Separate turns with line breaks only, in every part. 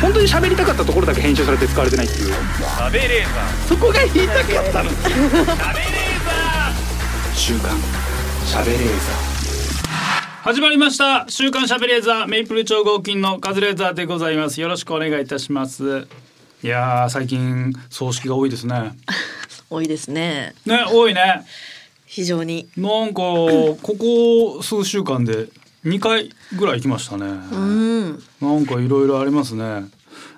本当に喋りたかったところだけ編集されて使われてないっていう
食べれ
そこが言いたかったの週刊しゃべれー
始まりました週刊しゃべレーザーメイプル超合金のカズレーザーでございますよろしくお願いいたしますいやー最近葬式が多いですね
多いですね
ね多いね
非常に
なんかここ数週間で2回ぐらい行きましたね
うん
なんかいろいろありますね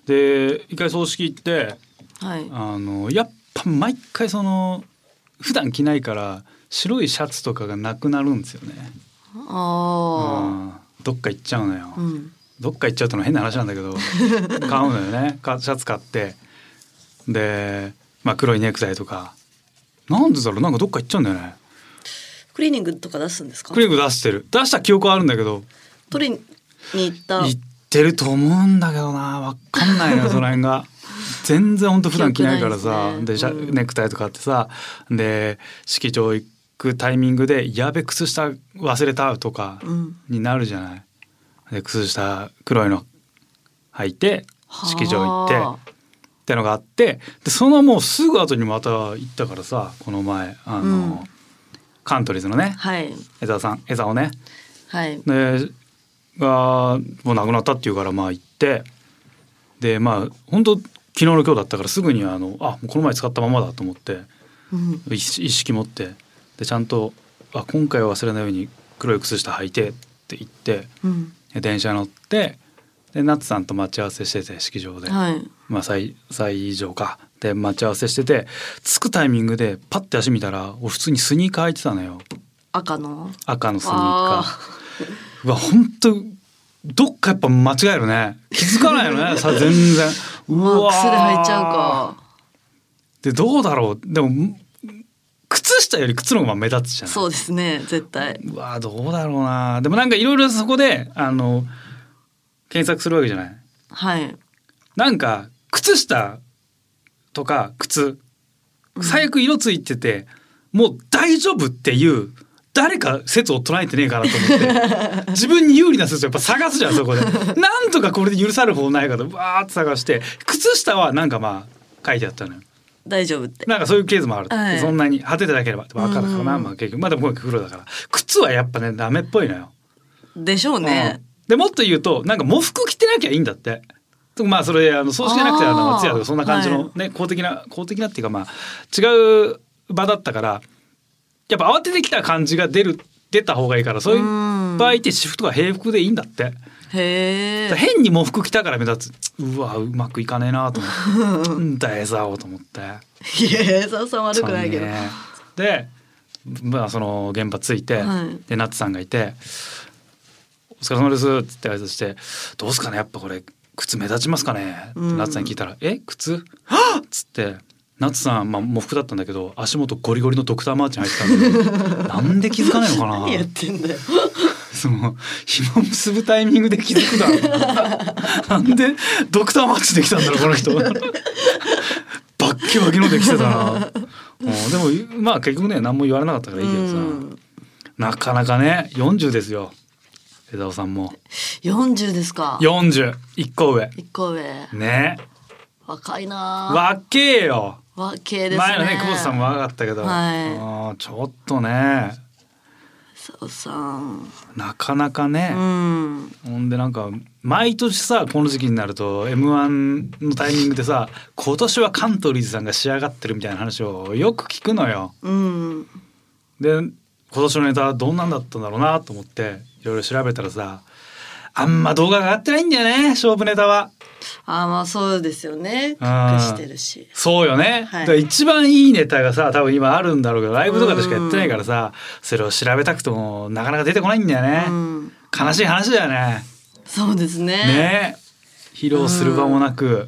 で一回葬式行って
はい
あのやっぱ毎回その普段着ないから白いシャツとかがなくなるんですよね。
あ
うんどっか行っちゃうのよ。
あうん
どっか行っちゃうってのは変な話なんだけ ど買うのよねかシャツ買ってで、まあ、黒いネクタイとかなんでだろうなんかどっか行っちゃうんだよね。
クリーニングとか出すんですか
クリーニング出してる出した記憶はあるんだけど
取りに行った
行ってると思うんだけどなわかん ないなその辺が全然ほんと普段着ないからさ
記憶ない
で,、
ですね
シャ
うん
ネクタイとかあってさで式場行くタイミングで「やべ靴下忘れた」とか
うん
になるじゃない。で靴下黒いの履いて式場行って
はあ
ってのがあってでそのもうすぐ後にまた行ったからさこの前あの、
うん
カントリーズのね
はい
江澤さん江澤をね
はい
でがもう亡くなったっていうからまあ行ってでまあ本当昨日の今日だったからすぐにあのあもうこの前使ったままだと思って
うん
意識意識持ってでちゃんとあ今回は忘れないように黒い靴下履いてって言って
うん
で電車乗ってでナツさんと待ち合わせしてて式場で、
はい
まあ最最以上かで待ち合わせしてて着くタイミングでパッて足見たら俺普通にスニーカー履いてたのよ
赤の
赤のスニーカ
あ
ー。うわ本当どっかやっぱ間違えるね気づかないよ ねさ全然
ー
う
まあ
わー
靴で履いちゃうか
でどうだろうでもん靴下より靴の方が目立つじゃない
そうですね絶対
うわどうだろうなでもなんかいろいろそこであの検索するわけじゃない
はい
なんか靴下とか靴
うん
最悪色ついてて、もう大丈夫っていう誰か説を唱えてねえかなと思 って自分に有利な説をやっぱ探すじゃんそこでなんとかこれで許される方法ないかとわーって探して靴下はなんかまあ書いてあったのよ
大丈夫って
なんかそういうケースもある、
はい
そんなに果ててなければでも赤だからな、
うん
まあ結局まあでも黒だから靴はやっぱねダメっぽいのよ
でしょうね
うんでもっと言うとなんか喪服着てなきゃいいんだって。まあそれあの葬式じゃなくてあの
あー
通夜とかそんな感じの
は
ね、公的な公的なっていうかまあ違う場だったからやっぱ慌ててきた感じが出る出た方がいいからそういう
うん
場合って私服とか平服でいいんだって。
へえ
変に喪服着たから目立つうわうまくいかねえなと思 ってうんだ江沢と思って。
いや江沢さん悪くないけど
そうねでまあその現場着いて、
はい
でナッツさんがいて「お疲れ様です」っつって挨拶して「どうすかねやっぱこれ靴目立ちますかね?」って
うん
ナッツさんに聞いたら「え靴はっ!」つってナッツさんまあ喪服だったんだけど足元ゴリゴリのドクターマーチン入ってたんだけど なんで気づかないのかな
何やってんだよ
その紐結ぶタイミングで気づくだ ろうなんでドクターマッチできたんだろうこの人バッキバキのできてた なもうんでもまあ結局ね何も言われなかったからいいけどさ、
うん
なかなかね40ですよ江澤さんも
40ですか
401個上
一個上
ね
若いな
若えよ
ぁ若系ですね
前のね久保田さんも若かったけど、
はい
うんちょっとね
そうさん
なかなかね、
うん
ほんでなんか毎年さこの時期になると m 1のタイミングでさ今年はカントリーズさんが仕上がってるみたいな話をよく聞くのよ。
うん
で今年のネタはどんなんだったんだろうなと思っていろいろ調べたらさあんま動画が上がってないんだよね勝負ネタは。
あーまあそうですよね隠
あー
してるし
そうよね、
はい
だから一番いいネタがさ多分今あるんだろうけどライブとかでしかやってないからさそれを調べたくてもなかなか出てこないんだよね。
うん
悲しい話だよね。
そうですね
ね披露する場もなく、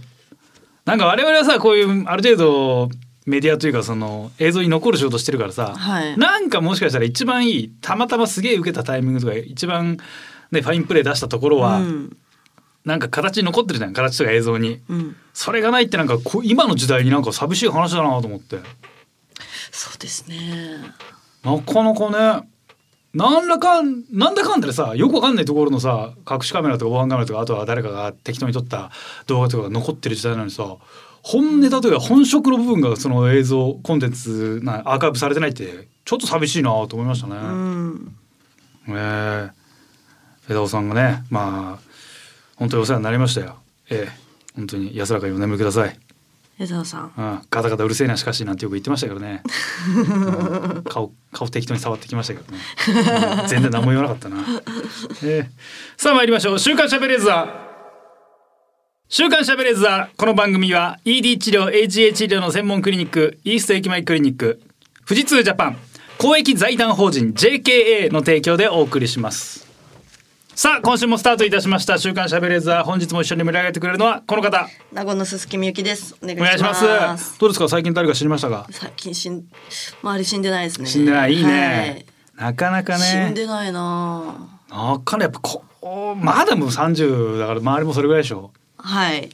なんか我々はさこういうある程度メディアというかその映像に残る仕事してるからさ、
はい
なんかもしかしたら一番いいたまたますげえ受けたタイミングとか一番、ね、ファインプレー出したところは、
うん
なんか形に残ってるじゃん形とか映像に。
うん
それがないってなんかこう今の時代になんか寂しい話だなと思って
そうですね
なかなかねなんらかんなんだかんだでさよくわかんないところのさ隠しカメラとか防犯カメラとかあとは誰かが適当に撮った動画とかが残ってる時代なのにさ本ネタというか本職の部分がその映像コンテンツなアーカイブされてないってちょっと寂しいなと思いましたね。
うん。
えー、枝尾さんがねまあ本当にお世話になりましたよ。ええ本当に安らかにお眠りください。
江澤さん。
うん、ガタガタうるせえなしかしなんてよく言ってましたけどね、うん顔顔適当に触ってきましたけどね、うん全然何も言わなかったな、えーさあ参りましょう「週刊しゃべれーザー」週刊しゃべれーザーこの番組は ED 治療 AGA 治療の専門クリニックイースト駅前クリニック富士通ジャパン公益財団法人 JKA の提供でお送りしますさあ今週もスタートいたしました「週刊しゃべれーザー」本日も一緒に盛り上げてくれるのはこの方
名古屋の鈴木みゆきです。お願い
お願い
し
しま
ますす。
どうですか最近誰か知りましたか
最近死ん、周り死んでないですね。
死んでないいいね、なかな
は
か
い死ん
ね
でないなぁ。
なかなかやっぱこうまだもう30だから周りもそれぐらいでしょ
はい。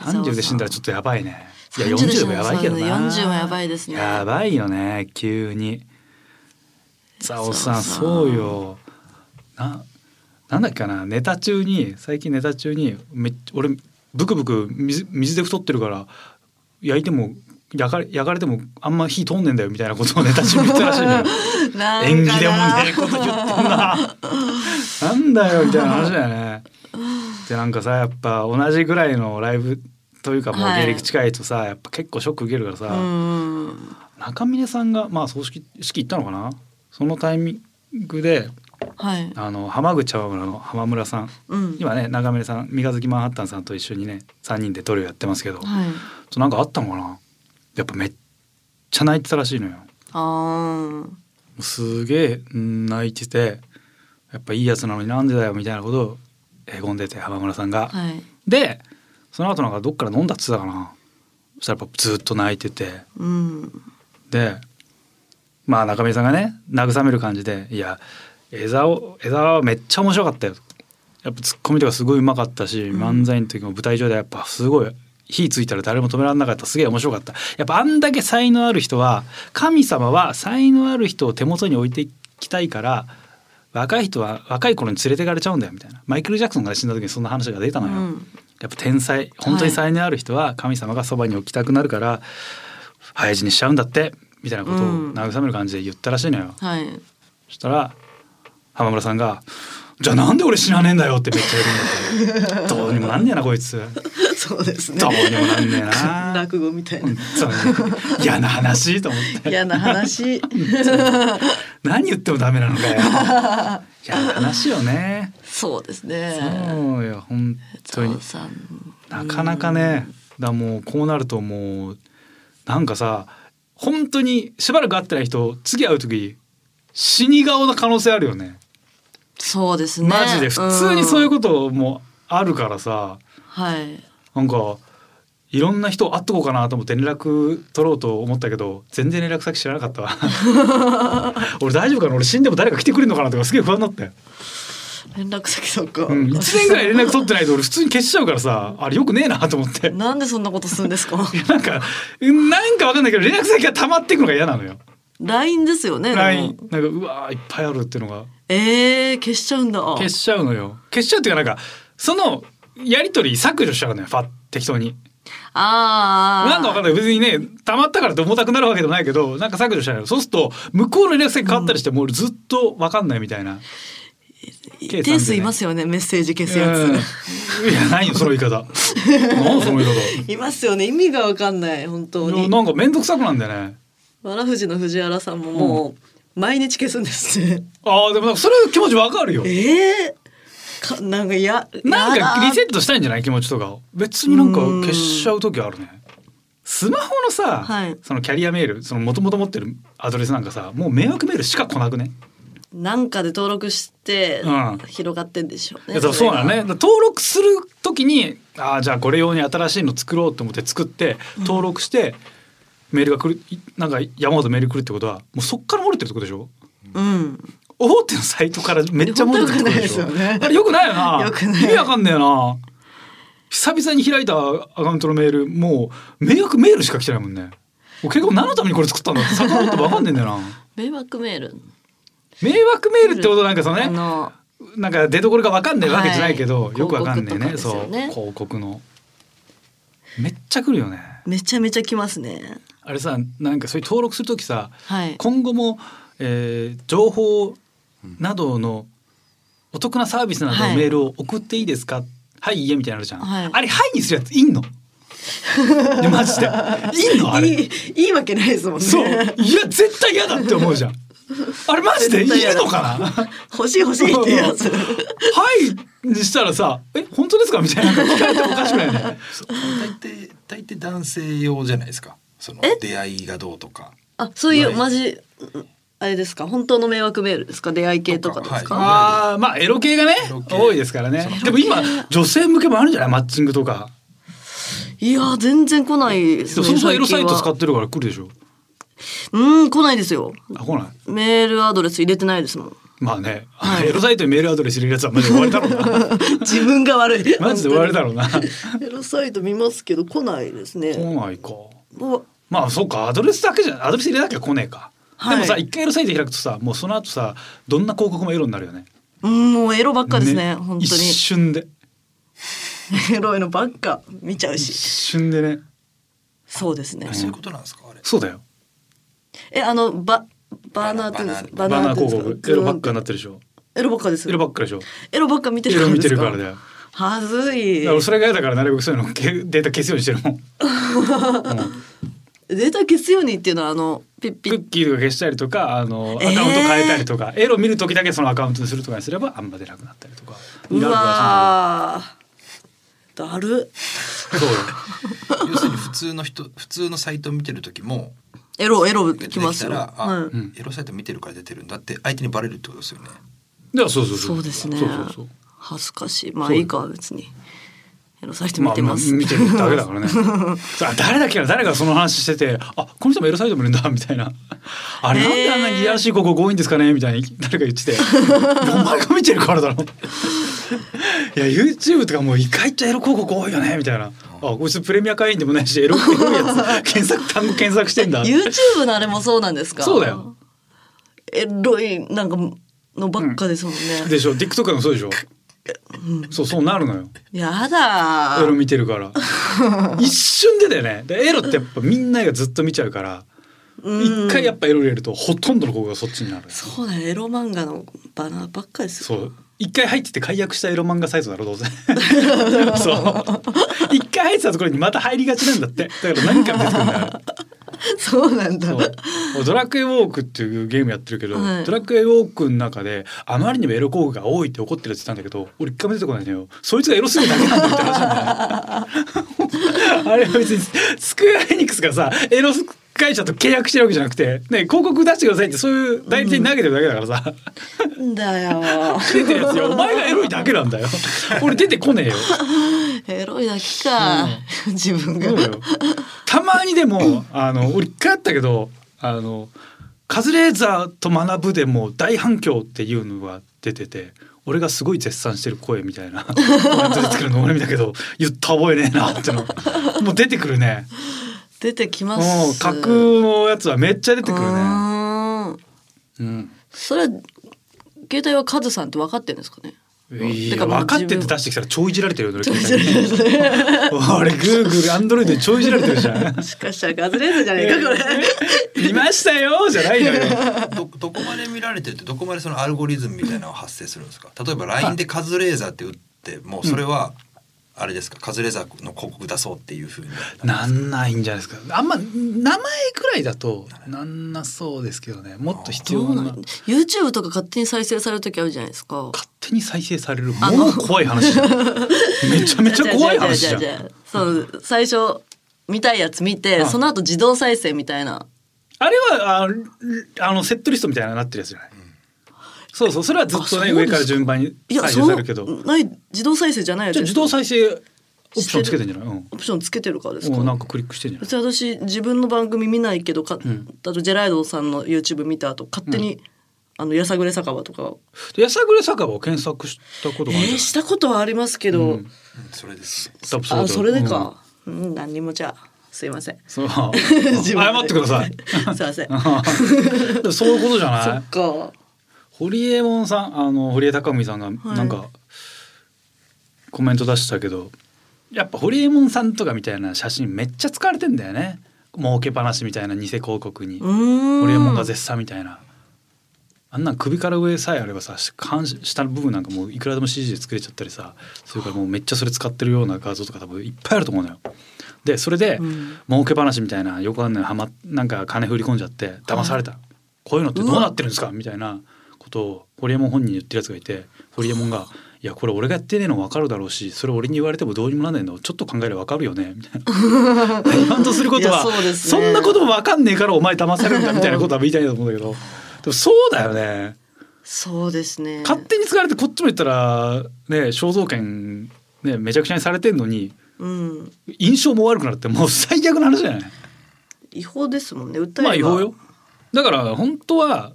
30で死んだら
ょ
ちょっとやばいねいや
30
40でもやばいけどな
そうですね40もやばいですね
やばいよね急にザオさん
そう
そ
そう
うよななんだっけかなネタ中に最近ネタ中にめっ俺ブクブク水水で太ってるから焼いても焼かれ焼かれてもあんま火通んねんだよみたいなことをネタ中に言ってたらしいの よ
と なん
縁起
か
でもね
な
えこと言ってんななんだよみたいな話だよねでなんかさやっぱ同じぐらいのライブというかもう
はい
芸歴近いとさ、やっぱ結構ショック受けるからさ、
うん。
中峰さんがまあ葬式式行ったのかなそのタイミングで
はい。
あの浜口浜村の浜村さん
うん。
今ね中峰さん三日月マンハッタンさんと一緒にね3人でトリオやってますけど、
はい。
そうなんかあったのかなやっぱめっちゃ泣いてたらしいのよ。
あ
すげえうん泣いててやっぱいいやつなのになんでだよみたいなことをへこんでて浜村さんが。
あ。はい。
でその後なんかどっから飲んだっつってたかなそしたらやっぱずっと泣いてて
うん。
でまあ中身さんがね慰める感じで「いや江沢江沢はめっちゃ面白かったよ」やっぱツッコミとかすごいうまかったし、
ん
漫才の時も舞台上でやっぱすごい火ついたら誰も止められなかったすげえ面白かったやっぱあんだけ才能ある人は神様は才能ある人を手元に置いていきたいから若い人は若い頃に連れてかれちゃうんだよみたいなマイケル・ジャクソンが死んだ時にそんな話が出た
う
のよ。
ん。
やっぱ天才本当に才能ある人は神様がそばに置きたくなるから早死にしちゃうんだってみたいなことを
うん
慰める感じで言ったらしいのよ、
はい。
そしたら浜村さんが「じゃあなんで俺死なねえんだよ」ってめっちゃ言うんだって どうにもなんねえなこいつ
そうですね
どう。 にもなんねえ な
落語みたいな。
そうね嫌な話と思って
嫌な話。
何言ってもダメなのかよ嫌な話よね
そうですね。
そうよ本当に
そうさん。
なかなかね、だからもうこうなるともうなんかさ本当にしばらく会ってない人次会う時死に顔の可能性あるよね
そうですね。
マジで普通にそういう
こ
こともあるからさ、
と。はい。
なんかいろんな人会っとこうかなと思って連絡取ろうと思ったけど全然連絡先知らなかったわ 俺大丈夫かな俺死んでも誰か来てくれるのかなとかすげえ不安だったよ、
連絡先とか。
うん、1年ぐらい連絡取ってないと俺普通に消しちゃうからさあれよくねえなと思って
なんでそんなことするんですか。
なんか、うんなんかわかんないけど、連絡先が溜まっていくのが嫌なのよ。
ラインですよね。でも
LINE、なんか、うわーいっぱいあるっていうのが。
ええー、消しちゃうんだ。
消しちゃうのよ。消しちゃうっていうか、なんか、その、やりとり削除しちゃうのよ、ファッ、適当に。
ああ。
なんかわかん
ない。
ない。別にね、溜まったからって重たくなるわけでもないけど、なんか削除しちゃうのよ。そうすると、向こうの連絡先変わったりして、もうずっとわかんないみたいな。計算でね
一定数いますよね。メッセージ消すや
うん
つ。
いや、ないよ、その言い 方。なんその言い方。
いますよね。意味がわかんない。本当
いや
に。
なんか面倒くさくなんだよね。
わらふじの藤原さんももう毎日消すんですね。
ああ、でもなんかそれ気持ちわかるよ。
ええー。かなんかや。
なん
やだ
か
ー
リセットしたいんじゃない気持ちとかを別になんか消しちゃう時あるねスマホのさ、
はい
そのキャリアメールその元々持ってるアドレスなんかさもう迷惑メールしか来なくね
なんかで登録して
うん
広がってんでしょう
い
ね。
やそうそうなのねだから登録する時にああじゃあこれ用に新しいの作ろうと思って作って登録して、メールが来るいなんか山ほどメール来るってことはもうそっから漏れてるってことでしょ
それが。うん。
大手のサイトからめっちゃ戻ってくるでしょ。
本当良くないですよね
あれよくないよな。
良くない
意味わかんねえな。久々に開いたアカウントのメール、もう迷惑メールしか来てないもんね。俺結構何のためにこれ作ったんだって遡ってもわかんねえんだよな。
迷惑メール。
迷惑メールってことなんかその
あ
ね
の
なんか出所がわかんないわけじゃないけど、
はい
よくわかんないね
広告と
そ
か
う
ですよね
広告のめっちゃ来るよね
めちゃめちゃ来ますね。
あれさなんかそういう登録するときさ
はい
今後も、えー情報などのお得なサービスなど
は
の
い
メールを送っていいですか、はい、い、いえみたいなのあるじゃん、
はい
あれはいにするやついんのいやマジでいんのあれ
いいいいわけないですもんね。
そういや絶対嫌だって思うじゃんあれマジでい
絶対嫌
る
だ
のかなは
欲しい欲しいって やつ。
いにしたらさ「え本当ですか?」みたいなの聞かれてもおかしくないよね
大抵大抵男性用じゃないですかその出会いがどうとか
あそういう
はい
マジうんあれですか本当の迷惑メールですか出会い系とかですか。
とか
あ
は
あーまあエロ系がね
エロ系
多いですからねでも今女性向けもあるんじゃないマッチングとか
いやー全然来ないで
ですも
ね。
そもそもエロサイ
最
ト
近は
使ってるから来るでしょ
うん来ないですよ。
あ来ない
メールアドレス入れてないですもん。
まあね、
はい
エロサイトにメールアドレス入れるやつはマジで終わりだろ うな
自分が悪い。
マジで終わりだろうな来
エロサイト見ますけど来ないですね。
ないか
お
まあそうかアドレスだけじゃアドレス入れなきゃ来ねえか、
はい
でもさ一回エロサイト開くとさもうその後さどんな広告もエロになるよね
うんもうエロばっかですね本当
一
に。
瞬で
エロいのばっか見ちゃう
一
し。
瞬でね
そうですね。
そういうことなんですかあれ
そうだよ
えあのババーナーって言うんです
バ
バナー
って言
広
うん
告
ですか
エロばっかになってるでしょ
エロばっかです
エロばっかでしょ
エロばっか見て
エ
るから
ロ
です
見て
か
るからだよ
はずい
だからそれが嫌だからなるべくそういうのけデータ消すようにしてるもんうん
データ消すようにっていうのはあのピッピ
ク
ッ
ッキーとか消したりとかあのア
えー
カウント変えたりとか、エロ見る時だけそのアカウントにするとかにすればあんま出なくなったりとか
うわーだる
そうよ
要するに普通の人 普通のサイト見てる時も
エロエロ
出て
きま
き
す
た
よ、
ら、あ
は
ん
エロサイト見てるから出てるんだって相手にバレるってことですよね
いやそうそう
い、
そう
そうですね
そうそうそう
恥ずかしいまあいいか別にエロサイト見て
ま
ま
あ、
す、
見て るだけだからねさあ誰だっけな誰がその話してて「あこの人もエロサイトもいるんだ」みたいな「あれ、なんであんなにいやらしい広告多いんですかね」みたいに誰か言ってて「お前が見てるからだろ」いや YouTube とかもう意外とエロ広告多いよねみたいな「あこいつプレミア会員でもないしエロエロいやつ検索単語検索してんだ」
YouTube のあれもそうなんですか
そうだよ
エロいなんかのばっかですもんね、
でしょ TikTok でもそうでしょ、そうそうなるのよ
やだ
エロ
ー
見てるから 一瞬でだよねでエロってやっぱみんながずっと見ちゃうから一回やっぱエロ入れるとほとんどの子がそっちになる
そうだよエロ漫画のバナーばっかです
そ
よ
う一回入ってて解約したエロ漫画サイトだろど うせそう一回入ってたところにまた入りがちなんだってだから何回も出てくるんだよ
そうなんだ
そうドラクエウォークっていうゲームやってるけど、
はい
ドラクエウォークの中であまりにもエロ工具が多いって怒ってるやつ言ったんだけど俺一回も出てこないのよそいつがエロすぎるだけなんだって話なんだよあれは別にスクエア・エニックスがさエロ会社と契約してるわけじゃなくて、ね、広告出してくださいってそういう代理店に投げてるだけだから さ、
なんだよー
出てるやつよお前がエロいだけなんだよ俺出てこねえよ
エロいだけか、自分が
そうよたまにでもあの俺一回あったけどあの「カズレーザーと学ぶ」でも大反響っていうのが出てて俺がすごい絶賛してる声みたいな出てくるの俺見たけど言った覚えねえなってのもう出てくるね
出てきま
もう
す
架空のやつはめっちゃ出てくる
う
ね、
ーん
うん、
それは携帯はカズさんって分かってるんですかね
い
て
や
かもう
分かってて出してきたら超いじられてるよね俺 携帯に俺グーグルアンドロイドで超いじられてるじゃ ん
しかしたらカズレーザじゃねえかこれ
見ましたよじゃないのよ
ど どこまで見られてるってどこまでそのアルゴリズムみたいなのが発生するんですか例えば LINE でカズレーザーって打ってもうそれはあれですか、カズレーザーの広告出そうっていうふうに
なんないんじゃないですか。あんま名前くらいだとなんなそうですけどね。もっと必
ど
要
う
な
なん YouTube とか勝手に再生される時あるじゃないですか
勝手に再生されるも
あの
う怖い話じゃ ん。めちゃめちゃ怖い話じゃん
じ。ゃあじゃあじゃあじゃあそう最初見たいやつ見て、
はい
その後自動再生みたいな
あれはあルあのセットリストみたいなのになってるやつじゃない。そうそうそれはずっ
あ
と
そう
ね
ですか
上から順番に
いや
再生
そ
さ
の
れるけど。じ
ない自動再生じゃないやつ
ゃあ
です
自動再生オプションつけてんじゃない。
オプションつけてるからです
うん。
か
もうなんかクリックしてんじゃない。
別に私自分の番組見ないけどか、
ん
あとジェライドさんの YouTube 見た後勝手に、あのやさぐれ酒場とか、
でやさぐれ酒場を検索したこと
え
がある
ー、
じ
したことはありますけど、
うん
うんそれです
ゃん。多分うだ
あ
と
そ
思う
れで。か、うん何にもじゃあすいませ ん
そう。
自分で
謝ってください。
すいません
でもそういうことじゃ
そ
ない
っ。か
堀江門さんあの堀江貴文さんが
い
なんか、コメント出してたけどやっぱ堀江門さんとかみたいな写真めっちゃ使われてんだよね儲け話みたいな偽広告に、
うーん
堀江門が絶賛みたいなあんなん首から上さえあればさ関下の部分なんかもういくらでも CG で作れちゃったりさそれからもうめっちゃそれ使ってるような画像とか多分いっぱいあると思うのよ。でそれで、
うん
儲け話みたいなよくあんないはまなんか金振り込んじゃって騙された、こういうのってどうなってるんですかみたいなことを堀エモ門本人に言ってるやつがいて堀エモ門が「いやこれ俺がやってねえの分かるだろうしそれ俺に言われてもどうにもなんないんだろうちょっと考えれば分かるよね」みたい な言わんとすることはい
やそうですね
んなことも分かんねえからお前騙されるんだみたいなことは言いたいと思うんだけどでもそうだよね
そうですね
勝手に使われてこっちも言ったらね肖像権ねめちゃくちゃにされてんのに
うん
印象も悪くなるってもう最悪の話じゃない
違法ですもんね訴えれば
まあ違法よ。だから本当は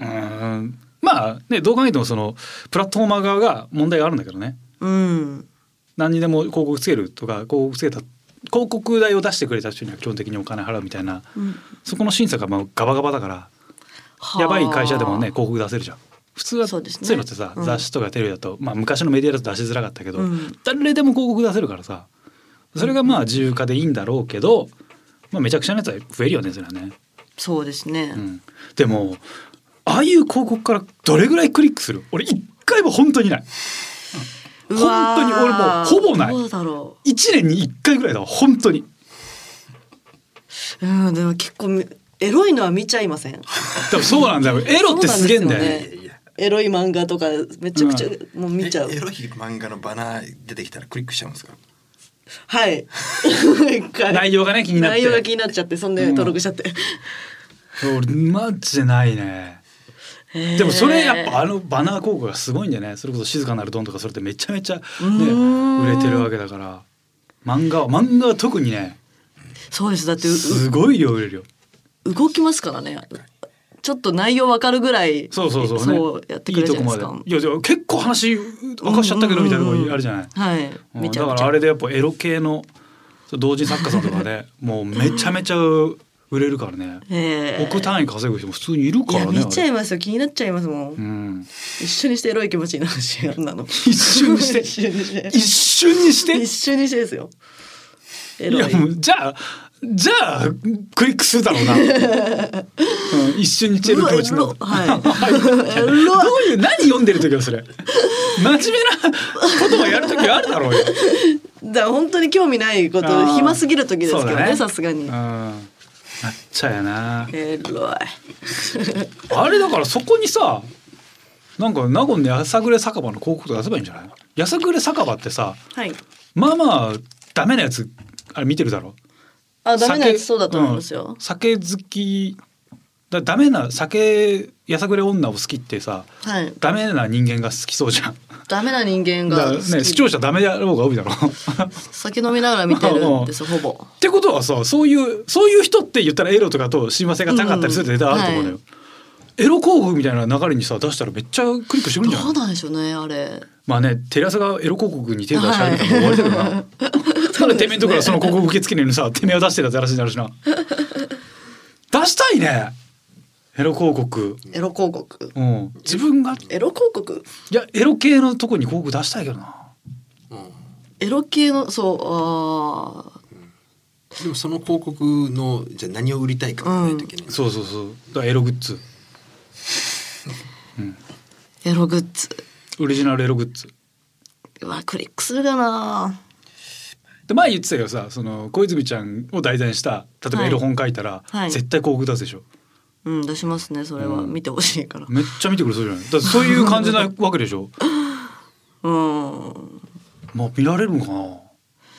うーんまあねどう考えてもそのプラットフォーマー側が問題があるんだけどね
うん
何にでも広告つけるとか広告つけた広告代を出してくれた人には基本的にお金払うみたいな
うん
そこの審査がまあガバガバだからやばい会社でもね広告出せるじゃん。普通は
そうですね
そういうのってさ、
うん
雑誌とかテレビだと、まあ、昔のメディアだと出しづらかったけど、
うん
誰でも広告出せるからさそれがまあ自由化でいいんだろうけど、まあ、めちゃくちゃなやつは増えるよねそれはね。
そうですね、
うんでもああいう広告からどれぐらいクリックする俺一回も本当にないう
わ
本
ー
当に俺もうほぼない
どうだろ
一年に一回ぐらいだわ本当に
ううんでも結構みエロいのは見ちゃいま せん
でもそうなんだ よエロってすげえんだよ
そうな
ね
んですよね
いや
エロい漫画とかめちゃくちゃ、もう見ちゃう
えエロい漫画のバナー出てきたらクリックしちゃうんですか
はい 一回
内容がね気になって
内容が気になっちゃってそんで
うん
登録しちゃって、
俺マジでないねでもそれやっぱあのバナー広告がすごいんだよねそれこそ「静かなるドン」とかそれってめちゃめちゃ、ね、
ん
売れてるわけだから漫画は漫画は特にね
そうですだって
すごい量売れるよ
う動きますからねちょっと内容わかるぐらい
そうそうそうね
そうやってくれるじゃないです
いいとこ
か
までいやじゃあ結構話明かしちゃったけどみたいなとこあるじゃない、
はい
うん
見ち
だ
ゃう
からあれでやっぱエロ系のそう同人作家さんとかねもうめちゃめちゃ売れるからね
ええ
億単位稼ぐ人も普通にいる
い
から
や
ね
見ちゃい
あれ
ますよ気になっちゃいますもん、
うん、
一緒にしてエロい気持ちになるしあんなの
一瞬にして
一緒にして
一瞬にして
一緒にしてですよエ
い
ロ
や
い
もうじゃあじゃあクリックするだろう な、うん、一瞬にチェル気持ちにな
うわ
る
エロはいエロ
どういう何読んでる時はそれ真面目な言葉やる時あるだろうよ
だから本当に興味ないこと
あー
暇すぎる時ですけど
そうだ
ねさすが
う
に
んなっちゃうやな
エロい
あれだからそこにさなんか名護のやさぐれ酒場の広告とか出せばいいんじゃないやさぐれ酒場ってさ
はい
まあまあダメなやつあれ見てるだろ
あダメなや
酒
つそうだと思います
う
よ
ん、酒好きだダメな酒やさぐれ女を好きってさ
はい
ダメな人間が好きそうじゃん
ダメな人間
だか
が
ら
好き
ね視聴者ダメだろう が多いだろっ
酒飲みながら見てるんですよほぼ
てことはさそういうそういう人って言ったらエロとかと親和性が高かったりするって絶対あると思うのよ、
うん
エロ広告みたいな流れにさ出したらめっちゃクリックしてくるんじゃない
どうなんでしょうねあれ
まあね、テレ朝がエロ広告に手を出し始めたらもう終わりだよ な。ただてめえんとこからその広告受け付けるのにさ、てめえを出してるやつ話になるしな。出したいね。エロ広告。
エロ広告
うん。自分が、い
エロ広告
や、エロ系のとこに広告出したいけどな。
エロ系のそうあ
でもその広告のじゃあ何を売りたいか考えないといけない、
そうそうそう。だからエログッズ。
ーエログッズ
オリジナルエログッズ。
うわクリックするかな
で前言ってたけどさその小泉ちゃんを題材にした例えばエロ本書いたら、
はいはい
絶対広告出すでしょ
うん出しますねそれは見てほしいから
めっちゃ見てくれそうじゃないだってそういう感じなわけでしょ
うん
まあ見られるのかな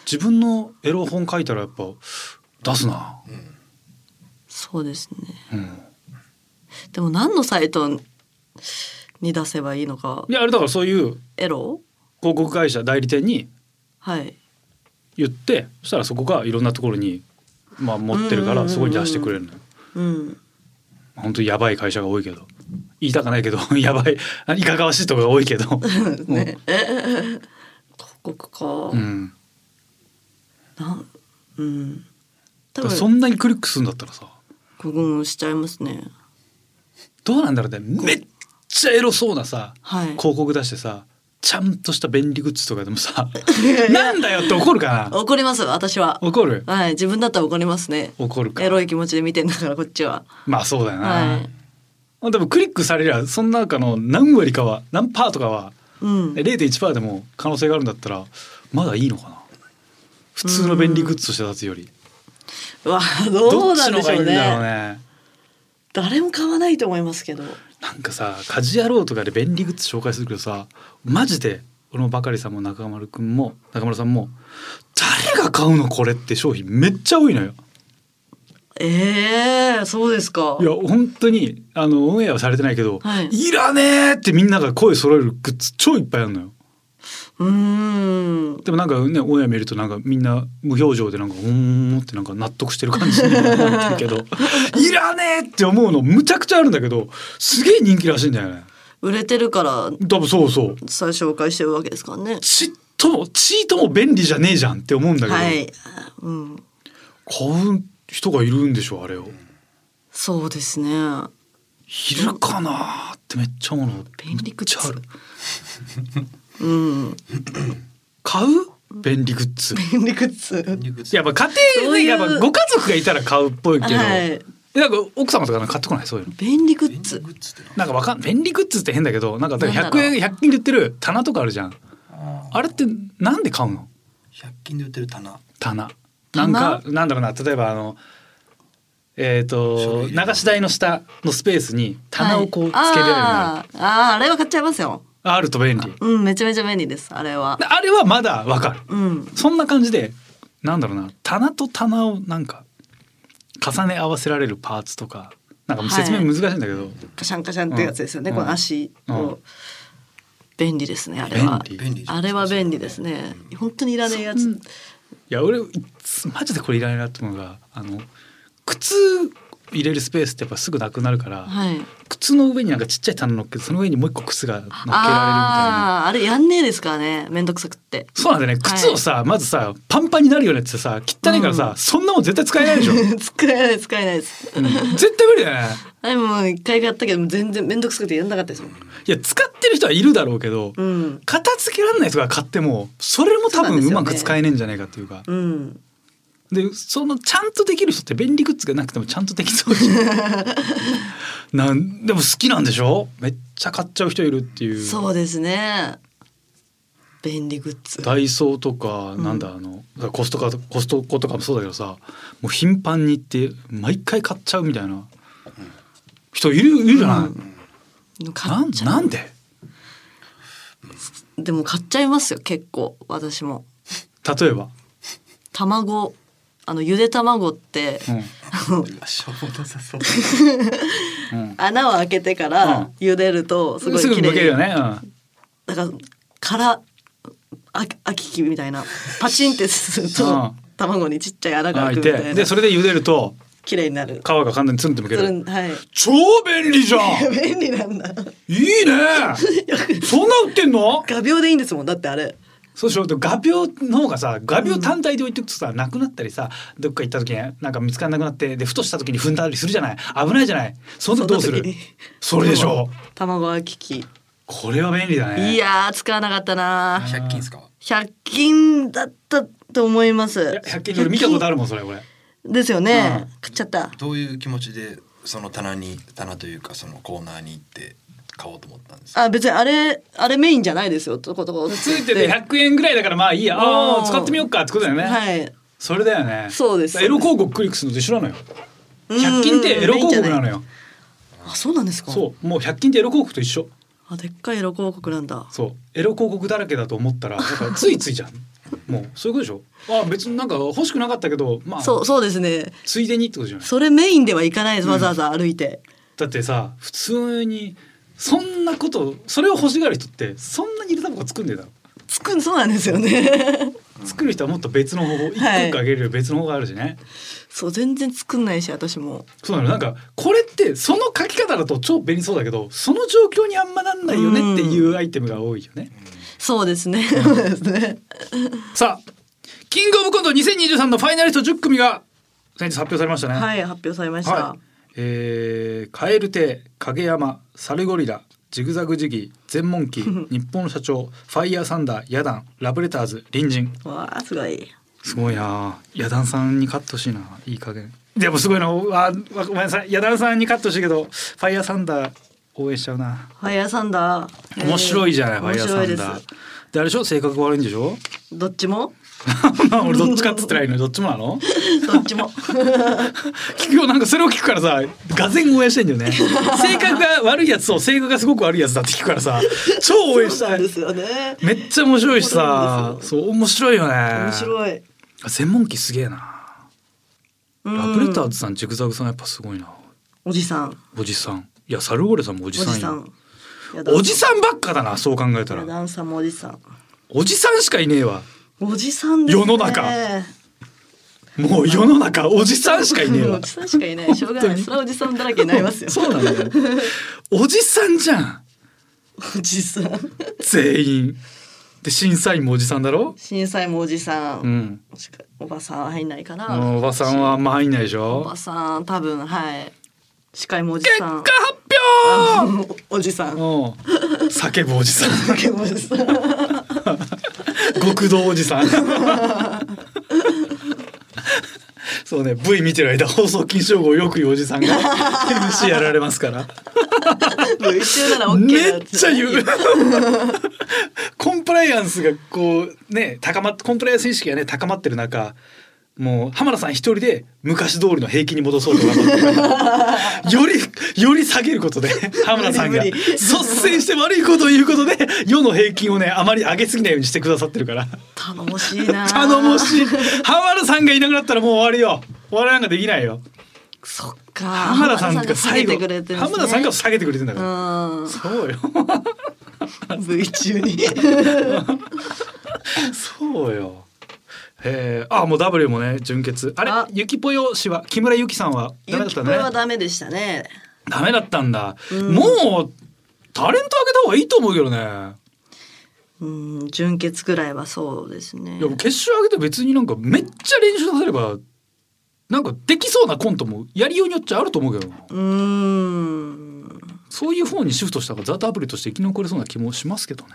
自分のエロ本書いたらやっぱ出すな、
そうですね
うん、
でも何のサイトに出せばいいのか
いやあれだからそういう
エロ
広告会社代理店に
はい
言ってそしたらそこがいろんなところに、まあ、持ってるか
うんうんうんう
ら
ん
そこに出してくれるのよ
うん
本当にやばい会社が多いけど言いたくないけど やばいいかがわしいとこが多いけ ど、
ね広告
う
か、
ん、
なんうん多
だから
分
そんなにクリックするんだったらさ
ここもしちゃいますね
どうなんだろうねめっちゃエロそうなさ、
はい
広告出してさちゃんとした便利グッズとかでもさなんだよって怒るかな
怒ります私は
怒る
はい自分だったら怒りますね
怒るか
エロい気持ちで見てんだからこっちは
まあそうだよな、
はい
まあ、でもクリックされりゃその中の何割かは何パーとかは
うん
0.1%でも可能性があるんだったらまだいいのかな普通の便利グッズとして立つより
うわど
ど
う
っ
な
ち
ん
の
で
方が
し
い
ょ
い
うん
だろう
ね
ね
誰も買わないと思いますけど
なんかさ「家事野郎」とかで便利グッズ紹介するけどさマジで俺もバカリさんも中丸くんも中丸さんも誰が買うのこれって商品めっちゃ多いのよ。
ええそうですか
いや本当にあのオンエアはされてないけど「
はい
い、らねえ!」ってみんなが声揃えるグッズ超いっぱいあるのよ。
うーん
でもなんかねオンエア見るとなんかみんな無表情でなんか「うーん」ってなんか納得してる感じになってるけ ど「いらねえ!」って思うのむちゃくちゃあるんだけどすげえ人気らしいんだよね。
売れてるから
多分そうそう。
さ紹介してるわけですからね
ちっともちーとも便利じゃねえじゃんって思うんだけど、
はいうん
買う人がいるんでしょあれを。
そうですね
いるかなってめっちゃ思うの。
便利グッズ
めっちゃある
うん
買う便利グッズ。
便利グッズ
やっぱ家庭
そう
で
いう
やっぱご家族がいたら買うっぽいけど、
はい
なんか奥様とかなんか買ってこないそういうの。
便利グ
便
ッ
利
ズ
グッズって
な
な
んかわかん便利グッズって変だけどなんか
なんだ
100
ろう
円100均で売ってる棚とかあるじゃん
あ
あれってなんで買うの
100均で売ってる棚
棚なん
棚
かなんだろうな例えばあのえっ、
書
と
類
流し台の下のスペースに棚をこうつけれるようになる、
はいあーあーあれは買っちゃいますよ
あると便利
うんめちゃめちゃ便利ですあれは
であれはまだわかる
うん
そんな感じでなんだろうな棚と棚をなんか重ね合わせられるパーツとかなんかもう説明
はい
難しいんだけど、
カシャンカシャンってやつですよね、
うん
この足を、
うん
便利ですねあれは
便利
便利じゃん
あれは便利ですね本当にいらないやつ、
いや俺いつマジでこれいらないなって思うのがあの靴入れるスペースってやっぱすぐなくなるから、
はい
靴の上になんかちっちゃい棚乗っけてその上にもう一個靴が乗っけられるみたいな。
ああーあれやんねえですからねめんどくさくって
そうなんだよね
はい
靴をさ、まずさパンパンになるよねってさ汚いからさ、そんなもん絶対使えないでしょ、う
使えない使えないです
ん絶対無理だよね
あれもう一回やったけど全然めんどくさくてやんなかったですもん
いや使ってる人はいるだろうけど、
うん
片付けられない人が買ってもそれも多
そうなん
分
で
う
すよね
まく使えねえんじゃないかっていうか
うん
で,、そのちゃんとできる人って便利グッズがなくてもちゃんとできそう じゃんなんでも好きなんでしょめっちゃ買っちゃう人いるっていう
そうですね便利グッズ
ダイソーとかなんだ、あのコストココストコとかもそうだけどさもう頻繁に行って毎回買っちゃうみたいな人いるいるじゃない、
買
な
っ
ん
ちゃう
なんで
でも買っちゃいますよ結構私も
例えば、
卵あのゆで卵って、
う
しょうもなさ そうん
うん、
穴を開けてか
う
ら
ん
茹でるとす
す
ご
ぐ
い綺
剥ける
麗
よ
に
ね、
だからからああききみたいなパチンってする
う
と
ん
卵にちっちゃい穴
うん、
が
開
開
い
くみた
て
い
で
な
それで茹でると
綺麗になる
皮が完全にツンって剥け
それ
る
はい
超便利じゃん
便利なんだ
い いねそんな売ってんの
画鋲でいいんですもんだってあれ
そうしようと画鋲の方がさ画鋲単体で置いておくとさなくなったりさどっか行った時になんか見つからなくなってでふとした時に踏んだりするじゃない危ないじゃないそんなどうする
そんな時に
それでしょう
卵あきき
これは便利だね
いやー使わなかったなー
100均っすか
100均だったと思います
いや100均で俺見たことあ
る
るもんそれ 俺
ですよ
う
ね
ん
食っちゃった
どういう気持ちでその棚に棚というかそのコーナーに行って買おうと思ったんですか
あ別にあれあれメインじゃないですよとことこ
ついてて100円ぐらいだからまあいいやあ
お
ー
ー
使ってみようかってことだよね、
はい
それだよね
そうです
エロ広告クリックするのと一緒なのよ100均ってエロ広告なの
よ
よ
あそうなんですか
そうもう100均ってエロ広告と一緒
あでっかいエロ広告なんだ
そうエロ広告だらけだと思ったらなんかついついじゃ んもうそういうことでしょあ別になんか欲しくなかったけどまあ
そうそうですね
ついでにってことじゃない
それメインでは行かないですわざわざ歩いて、
だってさ普通にそんなことそれを欲しがる人ってそんなにゆで卵作んねえだろ
つくそうなんですよね
作る人はもっと別の方法一個
はい
一個あげるより別の方法があるしね、
そう全然作んないし私も
そうなのなんかこれってその書き方だと超便利そうだけどその状況にあんまなんないよねっていうアイテムが多いよね、
そうですねそうですね
さあキングオブコント2023のファイナリスト10組が先日発表されましたね
はい発表されました、
はい、えー、カエル亭、影山、サルゴリラ、ジグザグジギ全問 記日本の社長ファイヤーサンダーヤダンラブレターズ隣人
わあすごい。
すごいなヤダンさんに勝ってほしいないい加減でもすごいなおあわごめんなさいヤダンさんに勝ってほしいけどファイヤーサンダー応援しちゃうな
ファイヤーサンダー。
面白いじゃない、
えー
ファイヤーサ
面
ン
白
ダ
い
ーであれでしょ性格悪いんでしょ
です。どっちも。
まあ俺どっちかっつってないのにどっちもなの
どっ ちも。
聞くよなんかそれを聞くからさがぜん応援してんだ よね性格が悪いやつと性格がすごく悪いやつだって聞くからさ超応援し
そう
た
ないんですよね。
めっちゃ面白いしさ
そうなんです
そう面白いよね
面白
い
い。
専門機すげえな
うん
ラブレターズさんジグザグさんやっぱすごいな
おじさん。
おじさんいやサルゴレさんもお
お
じさんよ。
やだ
おじさんばっかだなそう考えた
や
ら
ダンさんもおじさん。
おじさんしかいねえわ
おじさんですね。
世の中もう世の中おじさんしかいねえ
うんお
わ
じさんしかいない。しょうがない。それはおじさんだらけになりますよ。
そうなんだよおじさんじゃん
おじさん。
全員で審査員もおじさんだろ
震災もおじさん。
うん
もしくはおばさん入んないか
あ
な。
のおばさんはあんま入んないでし
お
ょ
ばさん多分はい。司会もおじ
結
さ
果
ん。
発表
おおじさ
う
ん。
ん叫ぶおじさん
おじさん。
極道おじさんそうね V 見てる間放送禁止用語をよく言うおじさんが MC やられますから
一緒ならオッケ
め
ー
っちゃ言う コンプライアンスがこうね高まっコンプライアンス意識がね高まってる中もう浜田さん一人で昔通りの平均に戻そうと頑張 ってるよりより下げることで浜田さんが
無理無理
率先して悪いことを言うことで世の平均をねあまり上げすぎないようにしてくださってるから。
頼もしいな。
頼もし
い。
い浜田さんがいなくなったらもう終わりよ終わらなんかできないよ
そっか。
浜田さんが最後
浜田さんが下げてくれてるんですね
浜田さんが下げてくれてんだから、そ
う
うよ
ん。V 中に。
そうよえー、あもう W もね純潔あれ
あ
ゆきぽよ氏は木村ゆきさんはダメだ
ゆ
っ
き
た
これは
ね
ダメでしたね。
ダメだったんだ、
うん
もうタレントあげた方がいいと思うけどねいや
うん、純潔くらいはそうですね。
もう決勝あげて別になんかめっちゃ練習させればなんかできそうなコントもやりようによっちゃあると思うけどな
うん。
そういう方にシフトした方がザ・ダブルとして生き残れそうな気もしますけどね。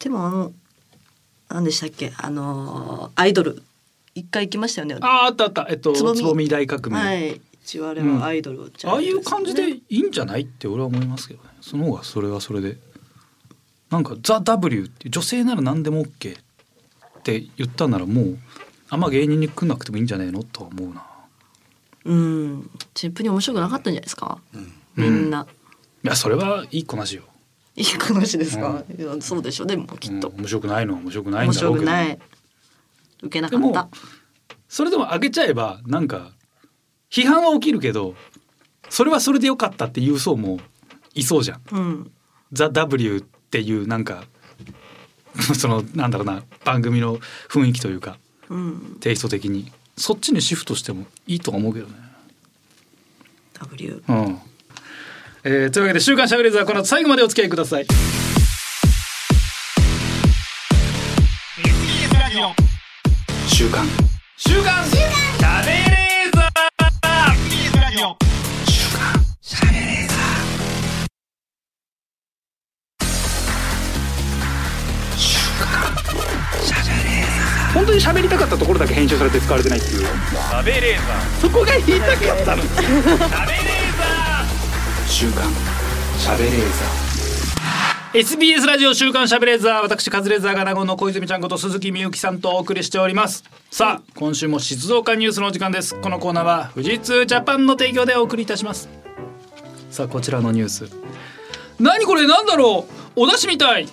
でもあの何でしたっけあのーアイドル一回行きましたよね。
あーあったあったえっと
つ
つ
ぼ
ぼ
み
み大革命、
はい。一応あれ
うん
はアイドルをじゃ
ああいう感じで
ね
いいんじゃないって俺は思いますけどねその方がそれはそれでなんか「ザ・ W」って女性なら何でも OK って言ったならもうあんま芸人に来なくてもいいんじゃねえのとは思うな。
うん。チップに面白くなかったんじゃないですか。みんな。
いやそれはいい子なしよ。
いい話ですか、いやそうでしょでもきっと
うん、面白くないのは面白くないん
面
だろ
白
う
く
けど
ない受けなか
で
った
もそれでも上げちゃえばなんか批判は起きるけどそれはそれでよかったっていう層もいそうじゃん。
うん
ザ・ W っていうなんか そのなんだろうな番組の雰囲気というか
うん
テイスト的にそっちにシフトしてもいいとは思うけどね。
W
うんえーというわけで「週刊しゃべれーザー」この後最後までお付き合いください。
週刊
週刊しゃべれーザ
本当に喋りたかったところだけ編集されて使われてないっていう喋れーザーそこが言いたかったの喋れーザー週刊喋れーザ
SBS ラジオ週刊しゃべれーザー私カズレーザーが名護の小泉ちゃんこと鈴木みゆきさんとお送りしておりますさあ今週も静岡ニュースのお時間ですこのコーナーは富士通ジャパンの提供でお送りいたしますさあこちらのニュース何これなんだろうお出汁みたい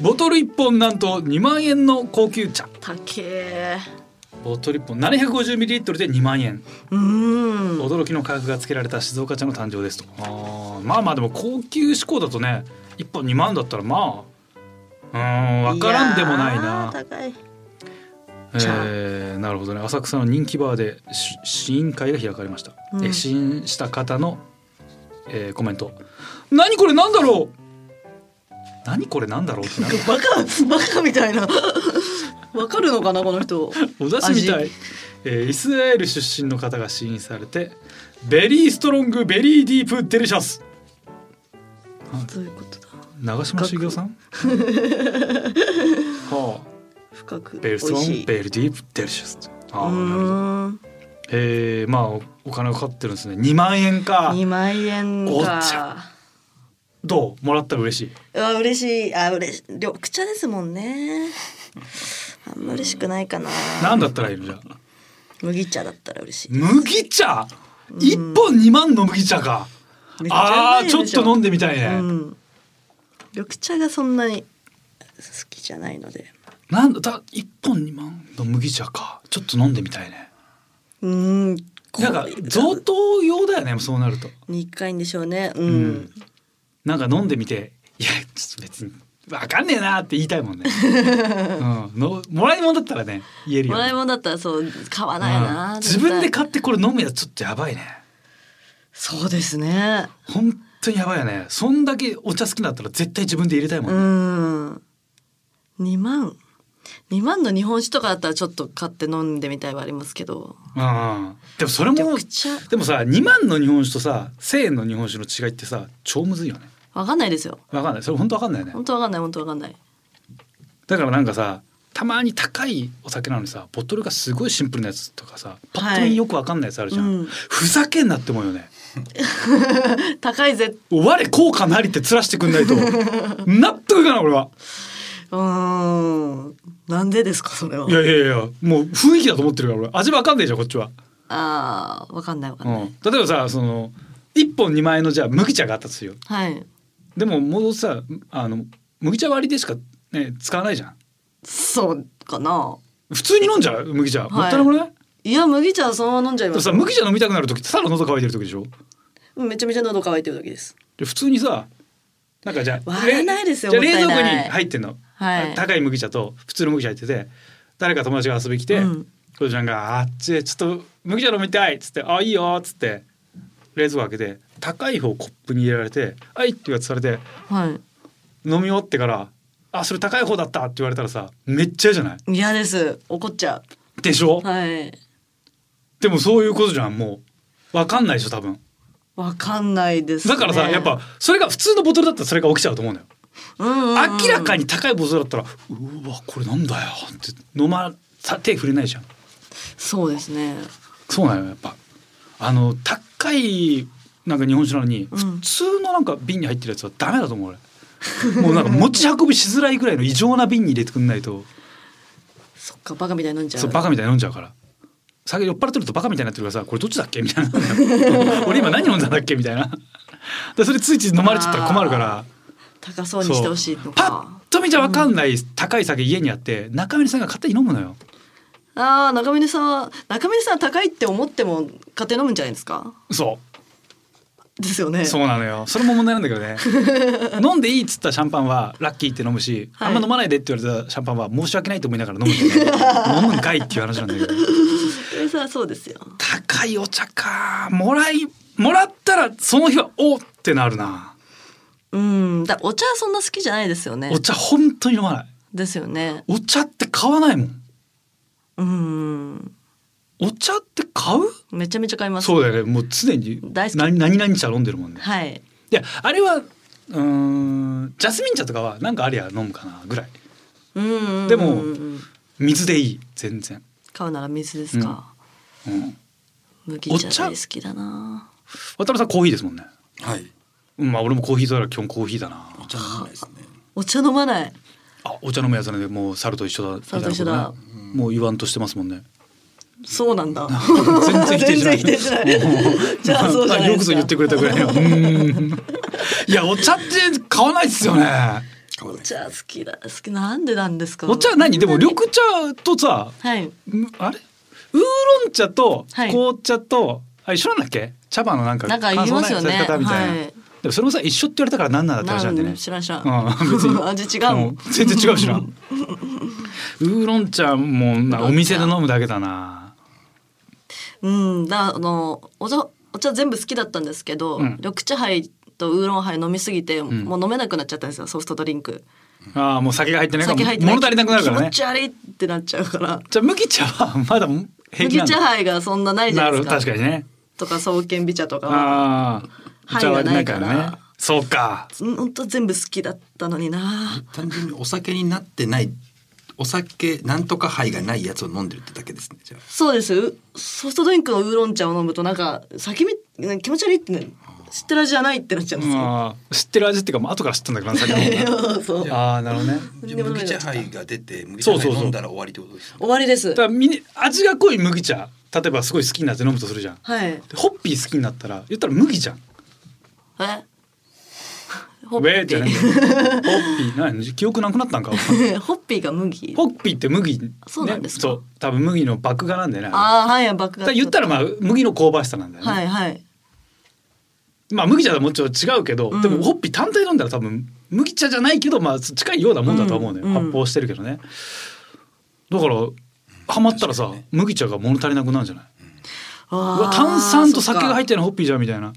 ボトル1本なんと2万円の高級茶
たけー
ボトル1本 750ml で2万円
うーん
驚きの価格がつけられた静岡茶の誕生ですとあーまあまあでも高級志向だとね1本2万だったらまあうーん分からんでもない
やー
な
高い茶
えーなるほどね浅草の人気バーでし試飲会が開かれました、
うん
え試飲した方の、えーコメント「何これなんだろう?」何これなんだろうってなる
バカバカみたいな わかるのかなこの人
お出汁みたい
味、
えーイスラエル出身の方が試飲されて「ベリーストロングベリーディープデリシャス」
どういうことだ
長嶋茂雄さんはあ
深く美
ベル
味
スト
し
ン
い
ベルディープデリシャスあ
う
あなるほど
ーん
えー、まあおお金がかかってるんですね2万円か
2万円
おっち
か
どうもらったら嬉しい、
うわ嬉しいあ嬉しい緑茶ですもんねあんま嬉しくないかな
なんだったらいいのじゃあ
麦茶だったら嬉しい
麦茶一本2万の麦茶か、
めっちゃ
あ
う
あ
ま
ー
い
ちょ
で
っ
しょ
と飲んでみたいね、
うん、緑茶がそんなに好きじゃないので
なんだだ一本2万の麦茶かちょっと飲んでみたいね
うーん
なんか贈答用だよねそうなると
に回でしょうねうん、
うんなんか飲んでみていやちょっと別にわかんねえなって言いたい もんね、うん、のもらいもんだったらね言えるよ
も
ね、
らい物だったらそう買わないな、
うん
絶
自分
対
で買ってこれ飲むやつちょっとやばいね
そうですね
本当にやばいよねそんだけお茶好きだったら絶対自分で入れたいもん
う
ね、
ん2万2万の日本酒とかだったらちょっと買って飲んでみたいはありますけど
うんでもそれも
緑茶
でもさ2万の日本酒とさ1,000円の日本酒の違いってさ超むずいよね
わかんないですよ
わかんないそれ本当わかんないよね
本当わかんない本当わかんない
だからなんかさたまに高いお酒なのにさボトルがすごいシンプルなやつとかさパッと
は
見
い
よくわかんないやつあるじゃん、
うん
ふざけんなって思うよね
高いぜ
我効果なりってつらしてくんないと 納得いかない俺は
うーんなんでですかそれはい
やいやいやもう雰囲気だと思ってるから俺味わかんないじゃんこっちは、
あーわかんないわ
う
か
ん
ない、
ん、例えばさその1本2万円のじゃあ麦茶があったとするよ
はい
でももうさあの麦茶割りでしか、ね、使わないじゃん
そうかな
普通に飲んじゃう麦茶、
い
もったいなくない
いや麦茶はそのまま飲んじゃ
で
いま
も
す
さ麦茶飲みたくなる時ってさら喉乾いてる時でしょ
めちゃめちゃ喉乾いてる時です
で普通にさなんかじゃあ
割らないですよ
じゃあ冷
も
蔵
ったい
庫
ない
に入ってんの、
はい
高い麦茶と普通の麦茶入ってて誰か友達が遊び来て、
うん
おじちゃんが「あっちちょっと麦茶飲みたい」っつって「あいいよ」っつって冷蔵庫開けて高い方をコップに入れられて「はい」って言われてされて
はい
飲み終わってから「あそれ高い方だった」って言われたらさめっちゃ嫌じゃない
嫌です怒っちゃ
でしょ
うはい
でもそういうことじゃんもうわかんないでしょ多分
わかんないです、ね、
だからさ、やっぱそれが普通のボトルだったらそれが起きちゃうと思うのよ、
うんうんうん、
明らかに高いボトルだったら「うわこれなんだよ」って飲まさ手触れないじゃん
そうですね
そうなのよやっぱあの高いなんか日本酒なのに、
うん
普通のなんか瓶に入ってるやつはダメだと思う俺もうなんか持ち運びしづらいぐらいの異常な瓶に入れてくんないと
そっかバカみたいに飲んじゃう
そうバカみたいに飲んじゃうから酒酔っ払ってるとバカみたいになってるからさこれどっちだっけみたいな 俺今何飲んだんだっけみたいなでそれついつい飲まれちゃったら困るから
高そうにしてほしい
そう
の
パ
か
ッと見じゃ分かんない高い酒家にあって中森さんが勝手に飲むのよ
あー中峰さんは中峰さんは高いって思っても家庭飲むんじゃないですか
そ
ですよね
うそうなのよそれも問題なんだけどね 飲んでいいっつったシャンパンはラッキーって飲むし、
はい
あんま飲まないでって言われたシャンパンは申し訳ないと思いながら飲むんだよ ね飲むんかいっていう話なんだけど
中峰さんはそうですよ
高いお茶かもらいもらったらその日はおっってなるな
うんだお茶はそんな好きじゃないですよね
お茶本当に飲まない
ですよね
お茶って買わないもん
うん
お茶って買う
めちゃめちゃ買います
そうだよねもう常に
大好き
何何々茶飲んでるもんね
はい
いやあれはうーんジャスミン茶とかはなんかありゃ飲むかなぐらい
うんうんうんうん
でも水でいい全然、
買うなら水ですか、
うん、
麦茶
お茶
大好きだな
渡辺さんコーヒーですもんね
はい
うんまあ俺もコーヒーだから基本コーヒーだな
お茶飲まないですね
お茶飲まない
あお茶飲むやつなんでもう猿と一緒だみたいなことね
猿と一緒だ
もう言わんとしてますもんね
そうなんだ
全然否定しない
全然否定しない じゃあそうじゃな
よ
いですか
くぞ言ってくれたぐら いのうーんいやお茶って買わないっすよね
買わない
お茶好きだ好きなんでなんですか
お茶何でも緑茶とさ
はい
んあれウーロン茶と
はい
紅茶と、あ一緒なんだっけ茶葉のなんか
なんか言いますよ
乾燥
ね
のやり方みたいな、
はい
でもそれもさ一緒って言われたから何なんだって話なんで
な
ね
ん知らん知らん、
うん別に
味違うもん、
ん全然違うしな ウーロン茶もな
ウーロン茶
お店で飲むだけだな
うん、だあのお茶お茶全部好きだったんですけど、
うん
緑茶杯とウーロン杯飲みすぎて、
ん
もう飲めなくなっちゃったんですよソフトドリンク
あーもう酒が入ってないから
酒入ってない
物足りなくなるから
気
ね
持ち悪いってなっちゃうから
じゃあ麦茶はまだ平気
麦
なん
茶
だ
杯がそんなないじゃ
な
ないで
る
すか
確かにね
とか双剣美茶とかは
ああ
杯がないから
ねそうか
本当全部好きだったのにな
単純にお酒になってないお酒なんとか杯がないやつを飲んでるってだけですねじゃあ
そうですうソフトドリンクのウーロン茶を飲むとなんか先みなんか気持ち悪いってなる知ってる味じゃないってなっちゃうんですよ
まあ知ってる味っていうかもう後から知ったんだけどな酒 飲んだ
そう終
ああなるほどね
じゃあ麦茶杯が出て麦茶
そう
杯
そうそう
飲んだら終わりってことですね
わりです
だからみに味が濃い麦茶例えばすごい好きになって飲むとするじゃん
はい
でホッピー好きになったら言ったら麦じゃん
えホ
ウェーじゃないんだよホッピー何記憶なくなったんか
ホッピーが麦
ホッピーって麦、ね、
そうなんですか
そう多分麦の麦芽なんだよねだか
ああはい爆
ら言ったらまあ麦の香ばしさなんだよね、
はいはい
まあ麦茶とはもちろん違うけど、
うん
でもホッピー単体飲んだら多分麦茶じゃないけどまあ近いようなもんだとは思うのよ、
うんうん
発泡してるけどねだからハマったらさ、
確かにね
麦茶が物足りなくなるんじゃないう
あー
うわ炭酸と酒が入
そっか
ってるのホッピーじゃんみたいな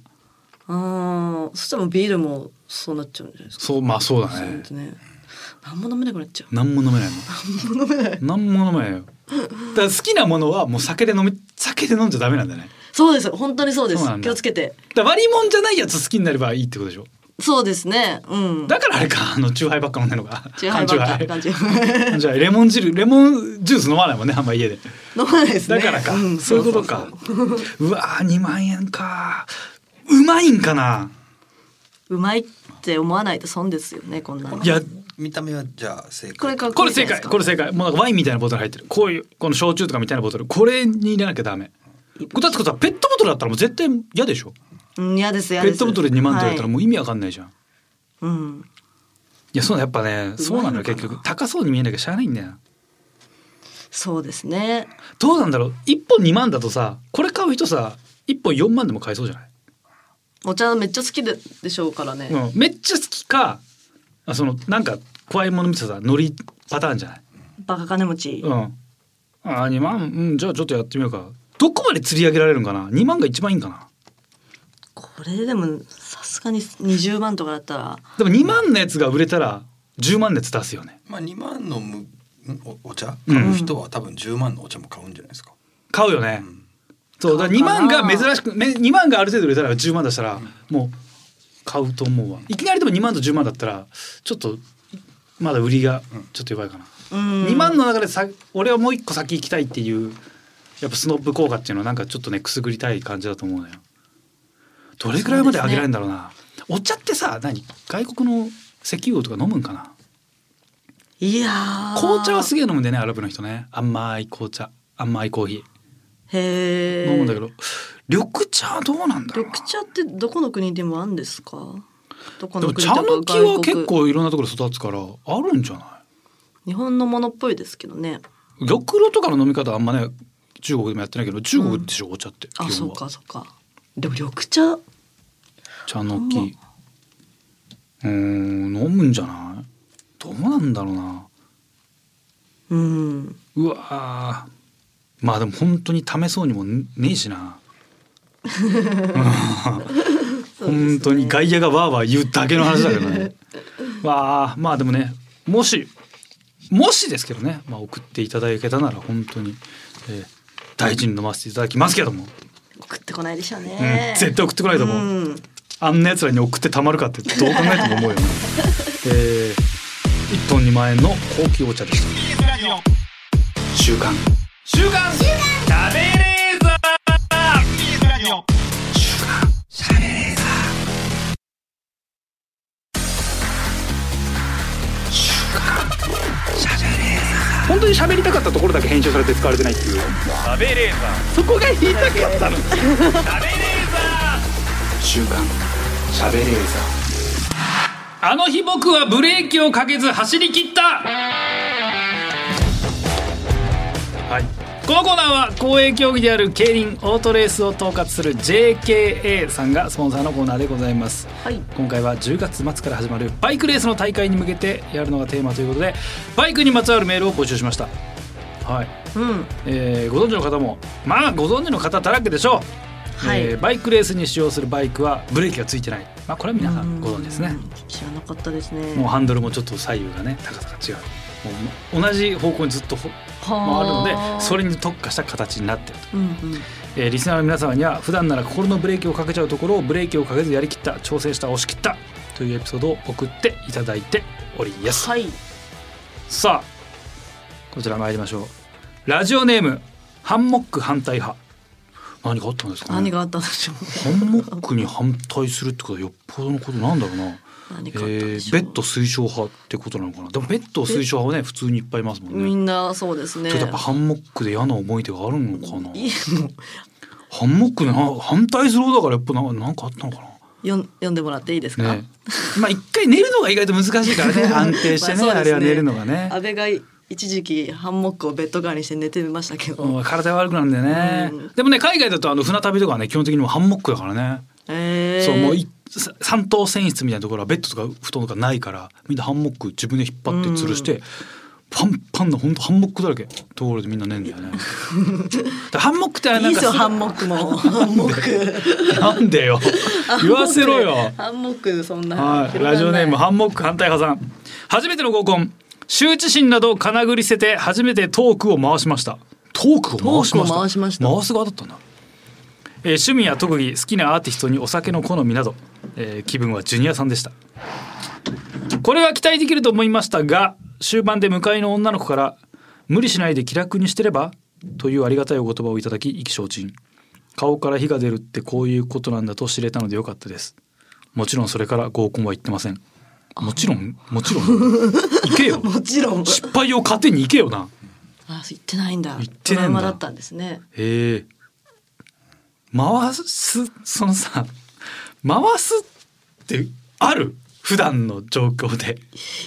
あーそしたらもうビールもそうなっちゃうんじゃないですか
そうまあそうだ
そう
ね
ですね何も飲めなくなっちゃう
何も飲めないの何も飲めないよだから好きなものはもう酒で飲み酒で飲んじゃダメなんだよね
そうです本当にそうで
そう
す
なんだ
気をつけて
だから割りもんじゃないやつ好きになればいいってことでしょ
そうですねうん
だからあれかあのチューハイばっか飲んでるのか
チューハイばっか
缶
缶
チ
チューハイ
ューハイじゃあレモン汁レモンジュース飲まないもんねあんま家で
飲まないですね
だからか、
ん
そういうことか
そう
うわー2万円かうまいんかな
そううまいって思わないと損ですよねこんなの
いや
見た目はじゃあ正解
これかっ
こ
こい
れ
いじ
正
ゃな
解
いですか
これ正解もうなんかワインみたいなボトル入ってるこういうこの焼酎とかみたいなボトルこれに入れなきゃダメだってことはペットボトルだったらもう絶対嫌でしょ
うん嫌です嫌
ペ
です
ットボトル2万って言われたら
は
もう意味わかんないじゃん、い、
いうん
やそうだやっぱねそうなのよ
うまいのかな
結局高そうに見えなきゃしゃあないんだよ
そうですね
どうなんだろう1本2万だとさこれ買う人さ1本4万でも買えそうじゃない、
お茶めっちゃ好きででしょうからね、
うん、めっちゃ好きかあそのなんか怖いもの見てさ海苔パターンじゃない
バカ金持ち、
うんあー2万うんじゃあちょっとやってみようかどこまで釣り上げられるんかな2万が一番いいんかな
これでもさすがに20万とかだったら
でも2万のやつが売れたら10万のやつ出すよね
まあ2万のむんおお茶買う人は多分10万のお茶も買うんじゃないですか。
買うよね、
うん
そうだから
買
2
うか
万が
な
珍しくめ2万がある程度売れたら10万出したらもう買うと思うわいきなりでも2万と10万だったらちょっとまだ売りがちょっと弱いかな、
うん
2万の中でさ俺はもう一個先行きたいっていうやっぱスノップ効果っていうのはなんかちょっとねくすぐりたい感じだと思うのよどれくらいまで上げられるんだろうなお茶ってさ何外国の石油王とか飲むんかない
やー
紅茶はすげえ飲むんだよねアラブの人ね甘い紅茶甘いコーヒ
へ
ー
え
飲むんだけど、緑茶はどうなんだろうな
緑茶ってどこの国でもあるんですかどこ
で
の
も
国
茶
とか
の木
外
は
国
結構いろんなところで育つからあるんじゃな
日本のものっぽいですけどね
い玉露とかの飲み方あんまね中国でもやってないけど中国でしょ、お茶って
あ
基
そ
本
う
は
かそうかでも緑茶
茶の木うーん飲むんじゃないどうなんだろうな
うん
うわーまあでも本当に試そうにもねねえしな、
そうですね
本当に外野がわーわー言うだけの話だけど ねわあまあでもねもしもしですけどね、まあ、送っていただけたなら本当に、えー大事に飲ませていただきますけども、
送ってこないでしょう
うん
ね、
絶対送ってこないと思う、
うん
あんなやつらに送ってたまるかってどう考えても思うよ ね、えー、1本2万円の高級お茶でした週刊
本当に喋りたかったところだけ編集されて使われてないっていうそこが言いたかったの
週刊しゃべれーあの日僕はブレーキをかけず走り切ったはいこのコーナーは公営競技である競輪オートレースを統括する JKA さんがスポンサーのコーナーでございます
はい
今回は10月末から始まるバイクレースの大会に向けてやるのがテーマということでバイクにまつわるメールを募集しましたはい
うん
えーご存知の方もまあご存知の方だらけでしょう、
はい
えーバイクレースに使用するバイクはブレーキがついてない、まあ、これは皆さんご存知ですね
うん知らなかったですね
もうハンドルもちょっと左右がね高さが違うもう同じ方向にずっとほ回るのでそれに特化した形になってると、
うんうん
えーリスナーの皆様には普段なら心のブレーキをかけちゃうところをブレーキをかけずやりきった挑戦した押し切ったというエピソードを送っていただいております、
はい。
さあこちら参りましょうラジオネームハンモック反対派何があったんですかね
何があったんでしょ
ハンモックに反対するってことはよっぽどのことなんだろうな
う。何
え
があったんでし
ー
ょう。
ベッド推奨派ってことなのかなでもベッド推奨派はね普通にいっぱいいますもんね
みんなそうですね。
ちょっとやっぱハンモックで嫌な思い出があるのかない
いもう
ハンモックねは反対する方だからやっぱななんかあったのか
よん読んでもらっていいです
な
か。
ねまあ一回寝るのが意外と難しいからね安定してね,、
まあそうですね
あれは寝るのがね
安倍が一時期ハンモックをベッド代わりにして寝てみましたけど。
うん体が悪くなるんだよね、
うん
でもね海外だとあの船旅とかはね基本的にもうハンモックだからね、
えー、
そうもういさ三等船室みたいなところはベッドとか布団とかないからみんなハンモック自分で引っ張って吊るして、パンパンの本当ハンモックだらけところでみんな寝るんだよ ねだからハンモックってあれ
い
ないんか
ですよ
す
ハンモックも ハンモック。
なんでよ言わせろよ
ハンモックそんな。
はい、
広がんない
ラジオネームハンモック反対派さん初めての合コン羞恥心などをかなぐり捨てて初めてトークを回しましたトークを回しました
トークを回しました
す側だったんだ、えー趣味や特技好きなアーティストにお酒の好みなど、えー気分はジュニアさんでしたこれは期待できると思いましたが終盤で向かいの女の子から「無理しないで気楽にしてれば?」というありがたいお言葉をいただき意気消沈顔から火が出るってこういうことなんだと知れたのでよかったですもちろんそれから合コンは行ってませんもちろんもちろん行けよ
もちろん。
失敗を糧に行けよな
あ行ってないんだ。
行ってないんだ
トラウマだったんですね。
へえ回すそのさ回すってある普段の状況で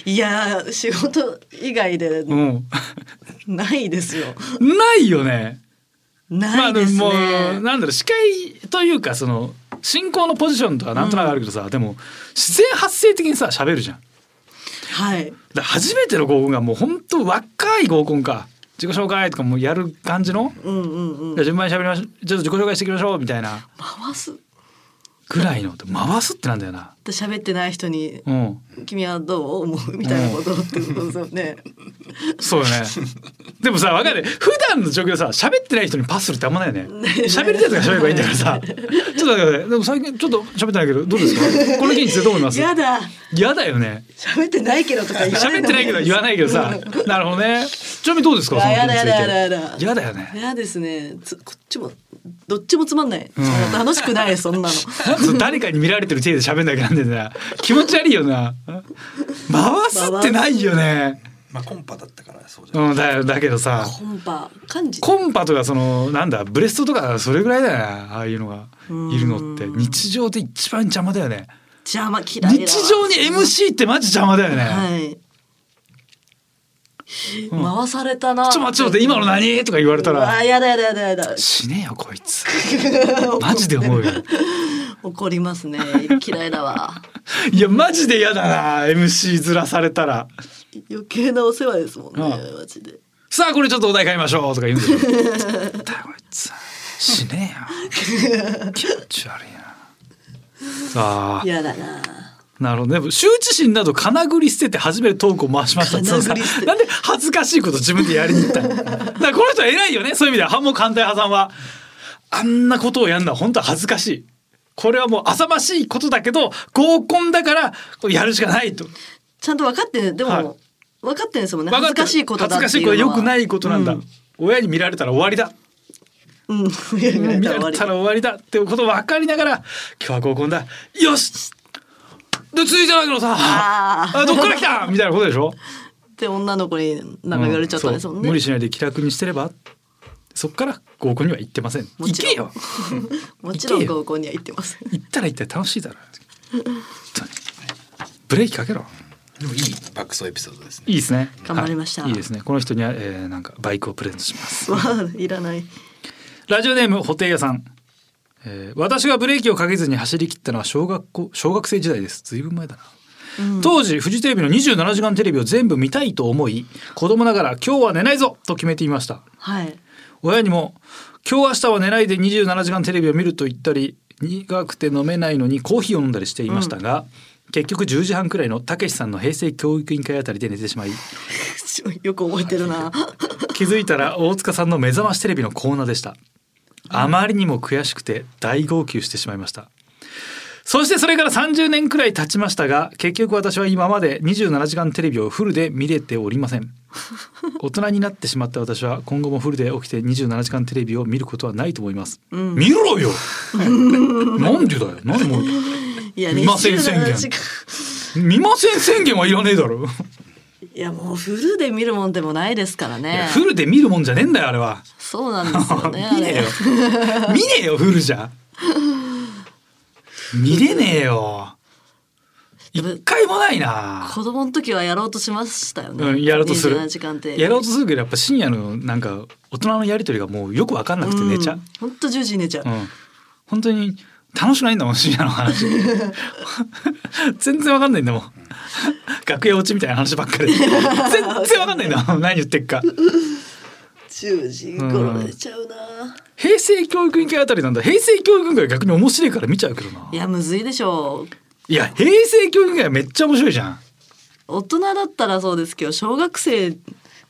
いやー仕事以外で
うん
ないですよ。
ないよね
ないですね。
まあ、でももうなんだろう司会というかその進行のポジションとはなんとなくあるけどさ、でも自然発生的にさ喋るじゃん。だか
はい。
ら初めての合コンがもう本当若い合コンか自己紹介とかもうやる感じの、
うんうんう
じゃあ
ん。
順番に喋りましょうちょっと自己紹介していきましょうみたいな
回す。
ぐらいので回すってなんだよな。
で喋ってない人に
うん、
君はどう思うみたいなことってことですよね。
そう よね。でもさ、わかる。普段の状況でさ、喋ってない人にパスするってあんまないよね。 喋りたいとか喋ればいいんだからさ。ちょっと待ってください。でも最近ちょっと喋ってないけど、どうですか。この件についてどう思います。
やだ
やだよね。
喋ってないけどとか言わない
喋ってないけど言わないけどさ。なるほどね。ちなみにどうですか。
いや
その件について
やだやだやだ
やだよね。
嫌ですねつこっちもどっちもつまんない、
ん
そんな楽しくないそん
な
なの
んかその誰かに見られてる体で喋んなきゃなんでな。気持ち悪いよな。回すってないよね。
まあコンパだったからそうじゃない、
うん、だよ、だけどさ。
コンパ漢字
コンパとかそのなんだブレストとかそれぐらいだよねああいうのがいるのって
うん
日常で一番邪魔だよね
邪魔嫌いだわ
日常に MC ってマジ邪魔だよね、
はい、
うん
回された
ち
な
ょっと待ってちょっと待って今の何とか言われたら
あやだやだやだやだ
死ねよこいつマジで思うよ
怒りますね嫌いだわ
いやマジで嫌だな MC ずらされたら
余計なお世話ですもんね
ああ
マジで
さあこれちょっとお題変えましょうとか言うんでしょ 絶対こいつ死ねよ気持ち悪いなさあ
嫌だな
なるほどね。羞恥心などかなぐり捨てて初めてトークを回しましたって
かなぐり
その
捨
さ
て
なんで恥ずかしいこと自分でやりに行ったのだからこの人は偉いよねそういう意味では反目反対派さんはあんなことをやるのは本当は恥ずかしいこれはもう浅ましいことだけど合コンだからこれやるしかないと
ちゃんと分かってるでも、
はい
分かってるんですもんね
分
恥
かっ
ず
てる
かしいことだって
恥ずかし
い
いうこ
の
と
は
良くないことなんだ、親に見られたら終わりだ
うん、うん、いやいや
見
い
ら
や
れ
終
た
わ
ら終わりだってことを分かりながら今日は合コンだよしで続いてないけどさ
あー
あどっから来たみたいなことでしょ
りって女の子になんか言われちゃったんですもん
う
ね、
無理しないで気楽にしてればそっから合コンには行ってません
も
行
ちろん
けよ
もちろん
行けよ
合コンには行って ません
行ったら行ったら楽しいだろ本当にブレーキかけろ
でもいい爆走エピソードですね
いいですね
頑張りました
はいいいですねこの人には、えーなんかバイクをプレゼントします
わあいらない
ラジオネームホテイヤさん、えー私がブレーキをかけずに走り切ったのは小学校小学生時代ですずいぶん前だな当時フジテレビの27時間テレビを全部見たいと思い子供ながら今日は寝ないぞと決めていました
はい
親にも「今日明日は寝ないで27時間テレビを見る」と言ったり苦くて飲めないのにコーヒーを飲んだりしていましたが、結局10時半くらいのたけしさんの平成教育委員会あたりで寝てしまい
よく覚えて るな
気づいたら大塚さんの「目覚ましテレビ」のコーナーでしたあまりにも悔しくて大号泣してしまいましたそしてそれから30年くらい経ちましたが結局私は今まで27時間テレビをフルで見れておりません大人になってしまった私は今後もフルで起きて27時間テレビを見ることはないと思います、
うん
見ろよなんでだよなんでもう
いや
見ません宣言
27時間
見ません宣言はいらねえだろ、
いやもうフルで見るもんでもないですから
いや
ね
フルで見るもんじゃねえんだよあれは
そうなんですよね
見ねえよ見ねえよフルじゃ見れねえよ一回もない
あれ
な
子供の時はやろうとしましたよね、
うん、やろうとする
27時間って
やろうとするけどやっぱ深夜のなんか大人のやりとりがもうよく分かんなくて寝ちゃう、
んほんと10時に寝ちゃ
う
う、
ん本当に楽しくないんだもん深夜の話全然分かんないんだもん楽屋落ちみたいな話ばっかりで全然分かんないんだもん何言ってっか
10時頃寝ちゃうな、
平成教育委員会あたりなんだ平成教育委員会は逆に面白いから見ちゃうけどない
やむずいでしょう
いや平成教育委員会はめっちゃ面白いじゃん
大人だったらそうですけど小学生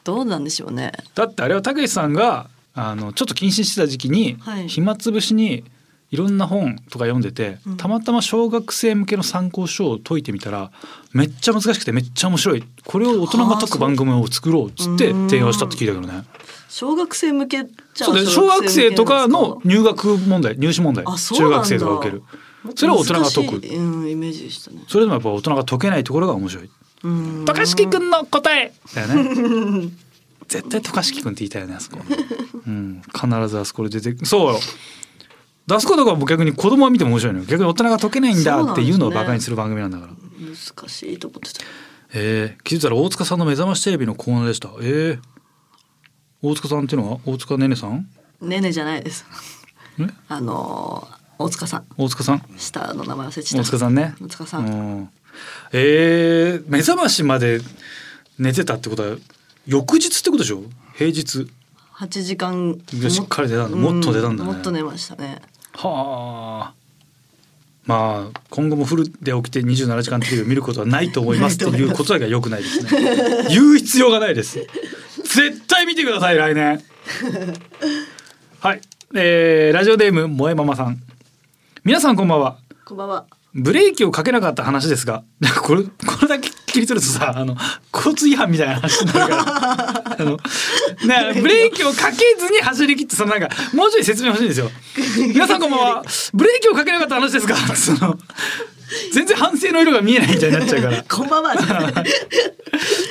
どうなんでしょうね
だってあれはたけしさんがあのちょっと禁止してた時期に、
はい
暇つぶしにいろんな本とか読んでて、
うん
たまたま小学生向けの参考書を解いてみたらめっちゃ難しくてめっちゃ面白いこれを大人が解く番組を作ろうっつって提案したって聞いたけどね。
小学生向けじゃ
そうだよ小学生とか
向
の
けなんです
入学問題入試問題
あそう
中
なんだ
学生とか受ける
もっと
それは大人が解
難しい
く
うんイメージでしたね
それでもやっぱ大人が解けないところが面白い。
うん
渡嘉敷くんの答えだよね 絶対渡嘉敷くんって言いたいよねあそこ、うん、必ずあそこで出てそうよ出すことがもう逆に子供は見ても面白いのよ逆に大人が解けないんだっていうのをバカにする番組なんだから、
難しいと思ってた
えー、気づいたら大塚さんの目覚ましテレビのコーナーでしたえー、大塚さんっていうのは大塚ねねさん
ねねじゃないです
え
あのー大塚さん
大塚さん
下の名前忘れちゃ
大
った
塚さんね
大塚さん
うんえー、目覚ましまで寝てたってことは翌日ってことでしょ平日
8時間
いやしっかり出たんだもっと出たんだね
うもっと寝ましたね
はあまあ今後もフルで起きて27時間テレビを見ることはないと思いますっていうことだけは良くないですね言う必要がないです絶対見てください来年はい、えー、ラジオネーム萌えママさん皆さんこんばんは
こんばんは
ブレーキをかけなかった話ですが これこれだけ切り取るとさあの交通違反みたいな話になるから あのねブレーキをかけずに走り切ってそのなんかもうちょい説明欲しいんですよ。皆さんこんばんはブレーキをかけなかった話ですがその全然反省の色が見えないみたいになっちゃうから
こんばんはじゃ ない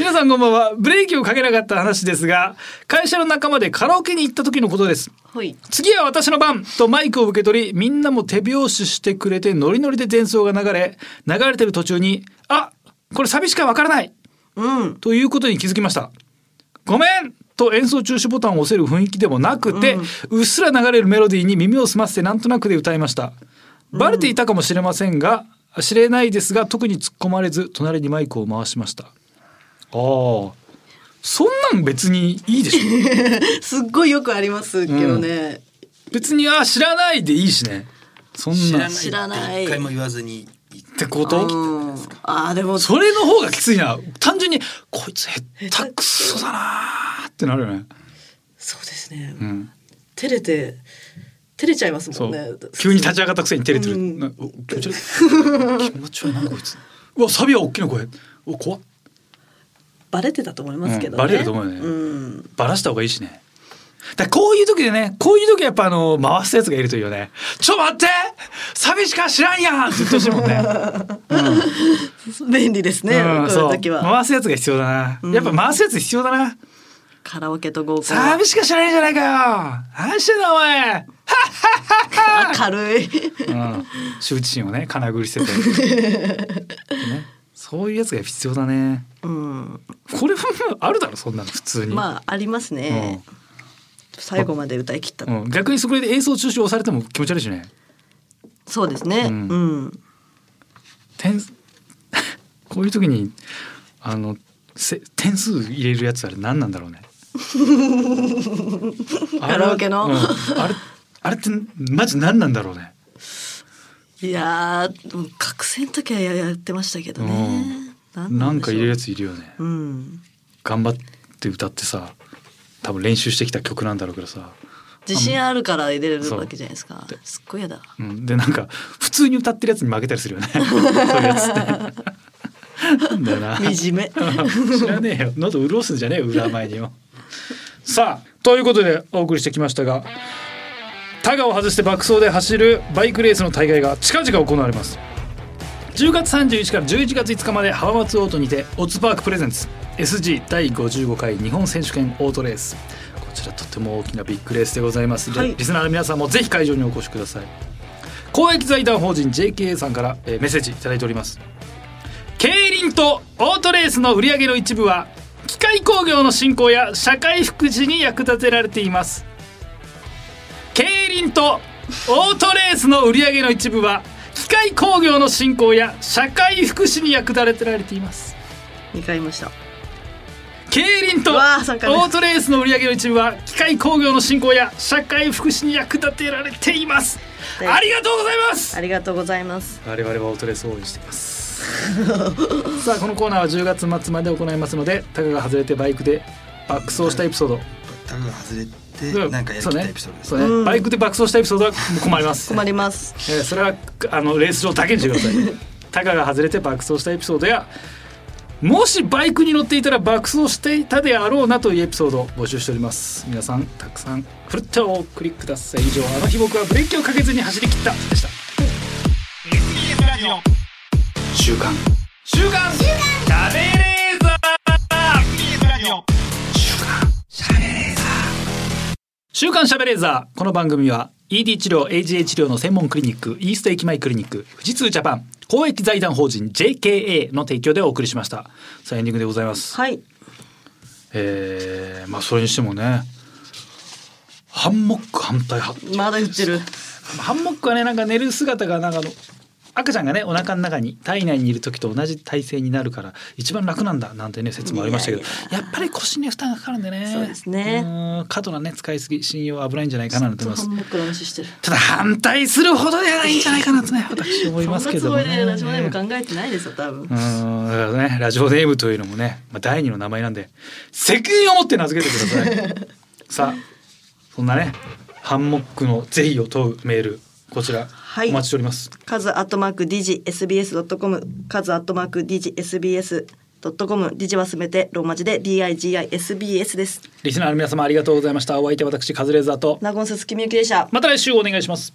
皆さんこんばんはブレーキをかけなかった話ですが会社の仲間でカラオケに行った時のことです。
ほい
次は私の番とマイクを受け取りみんなも手拍子してくれてノリノリで前奏が流れ流れてる途中に「あこれサビしかわからない!
うん」
ということに気づきました。ごめんと演奏中止ボタンを押せる雰囲気でもなくて、うっすら流れるメロディーに耳を澄ませてなんとなくで歌いました。バレていたかもしれませんが、知れないですが特に突っ込まれず隣にマイクを回しました。ああそんなん別にいいでしょ
すっごいよくありますけどね、
別にあ知らないでいいしねそん
知
な
らな
っ
い
知らない
一回も言わずに行って
こ
う
と
ん、あーでも
それの方がきついな単純にこいつ下手くそだなーってなるよね、
そうですね、
うん、
照れて照れちゃいます
そ
もんね
う急に立ち上がったくせに照れてる、
うん
なお気持ち悪い気持ち悪いなこいつうわサビは大きな声うわ怖っ
バレてたと思いますけどね、
うんバレると思うよね
ん
バラした方がいいしねだからこういう時でねこういう時はやっぱあの回すやつがいるといいよね「ちょ待ってサビしか知らんやん!」って言ってほしいもんね。
便利です ね、
うん
こういう
そう
時は
回すやつが必要だな、やっぱ回すやつ必要だな
カラオケと合コン
サービスしか知らないじゃないかよ何してんだお前、
あ軽い
うん、羞恥心をね金繰り捨てて、 ね、そういうやつが必要だね
うん
これはあるだろそんなの普通に、
まあありますね、最後まで歌い切った、
うん、逆にそこで演奏中止を押されても気持ち悪いしね
そうですね
う
うんん、
点 こういう時にあのせ点数入れるやつあれ何なんだろう ね
カラオケの
あれはうんあれあれってマジ何なんだろうね
いやーもう覚醒の時はややってましたけどね、なん
なん
で
か
し
入
ょう
れるやついるよね
うん
頑張って歌ってさ多分練習してきた曲なんだろうけどさ
自信あるから出れるわけじゃないですかすっごい嫌だ
うん、でなんか普通に歌ってるやつに負けたりするよね そういうやつって。 なんだよな
惨 め
知らねえよ喉潤すんじゃねえよ裏前にも。さあということでお送りしてきましたがタガを外して爆走で走るバイクレースの大会が近々行われます10月31から11月5日まで浜松オートにてオッズパークプレゼンツ SG 第55回日本選手権オートレースこちらとても大きなビッグレースでございます、で
はい
リスナーの皆さんもぜひ会場にお越しください公益財団法人 JKA さんから、えーメッセージいただいております競輪とオートレースの売り上げの一部は機械工業の振興や社会福祉に役立てられています競輪とオートレースの売り上げの一部は機械工業の振興や社会福祉に役立てられています
二回言いました
競輪とオ
うわー三回目
ートレースの売り上げの一部は機械工業の振興や社会福祉に役立てられています
はい
ありがとうございます
ありがとうございます
我々はオートレースを応援しています さあこのコーナーは10月末まで行いますのでタガが外れてバイクで爆走したエピソード
タグが外れてなんかやりきたエピソードです
そう
ね
ねそうね
うん
バイクで爆走したエピソードはもう困り ます
困ります
えーそれはあのレース場だけにしてくださいタガが外れて爆走したエピソードやもしバイクに乗っていたら爆走していたであろうなというエピソードを募集しております皆さんたくさんふるってお送りください以上あの日僕はブレーキをかけずに走り切ったでした週刊週刊食べレーザ週刊しゃべレーザーこの番組は ED 治療 AGA 治療の専門クリニックイースト駅前クリニック富士通ジャパン公益財団法人 JKA の提供でお送りしましたさあエンディングでございます、
はい
えー、まあそれにしてもねハンモック反対派
まだ言ってる
ハンモックはねなんか寝る姿がなんかあの赤ちゃんがねお腹の中に体内にいる時と同じ体勢になるから一番楽なんだなんてね説もありましたけど
い
や
や
っぱり腰に負担がかかるんでね
そうですね
うん過度なね使いすぎ信用は危ないんじゃないかなと思います
ずっとハンモックの話してる
ただ反対するほどではないんじゃないかなとね私思いますけども
そんなつもりでラジオネ
ね。
ーム考えてないですよ多分
うーんだからねラジオネームというのもね、まあ、第二の名前なんで責任を持って名付けてください さあそんなねハンモックの是非を問うメールこちら、
はい
お待ちしております
カズアットマークディジ SBS ドットコム、カズアットマークディジ SBS ドットコム、ディジはすべてローマ字で D I G I S B S です。
リスナーの皆様ありがとうございましたお相手は私カズレーザーと
ナゴンススキミユキでした。
また来週お願いします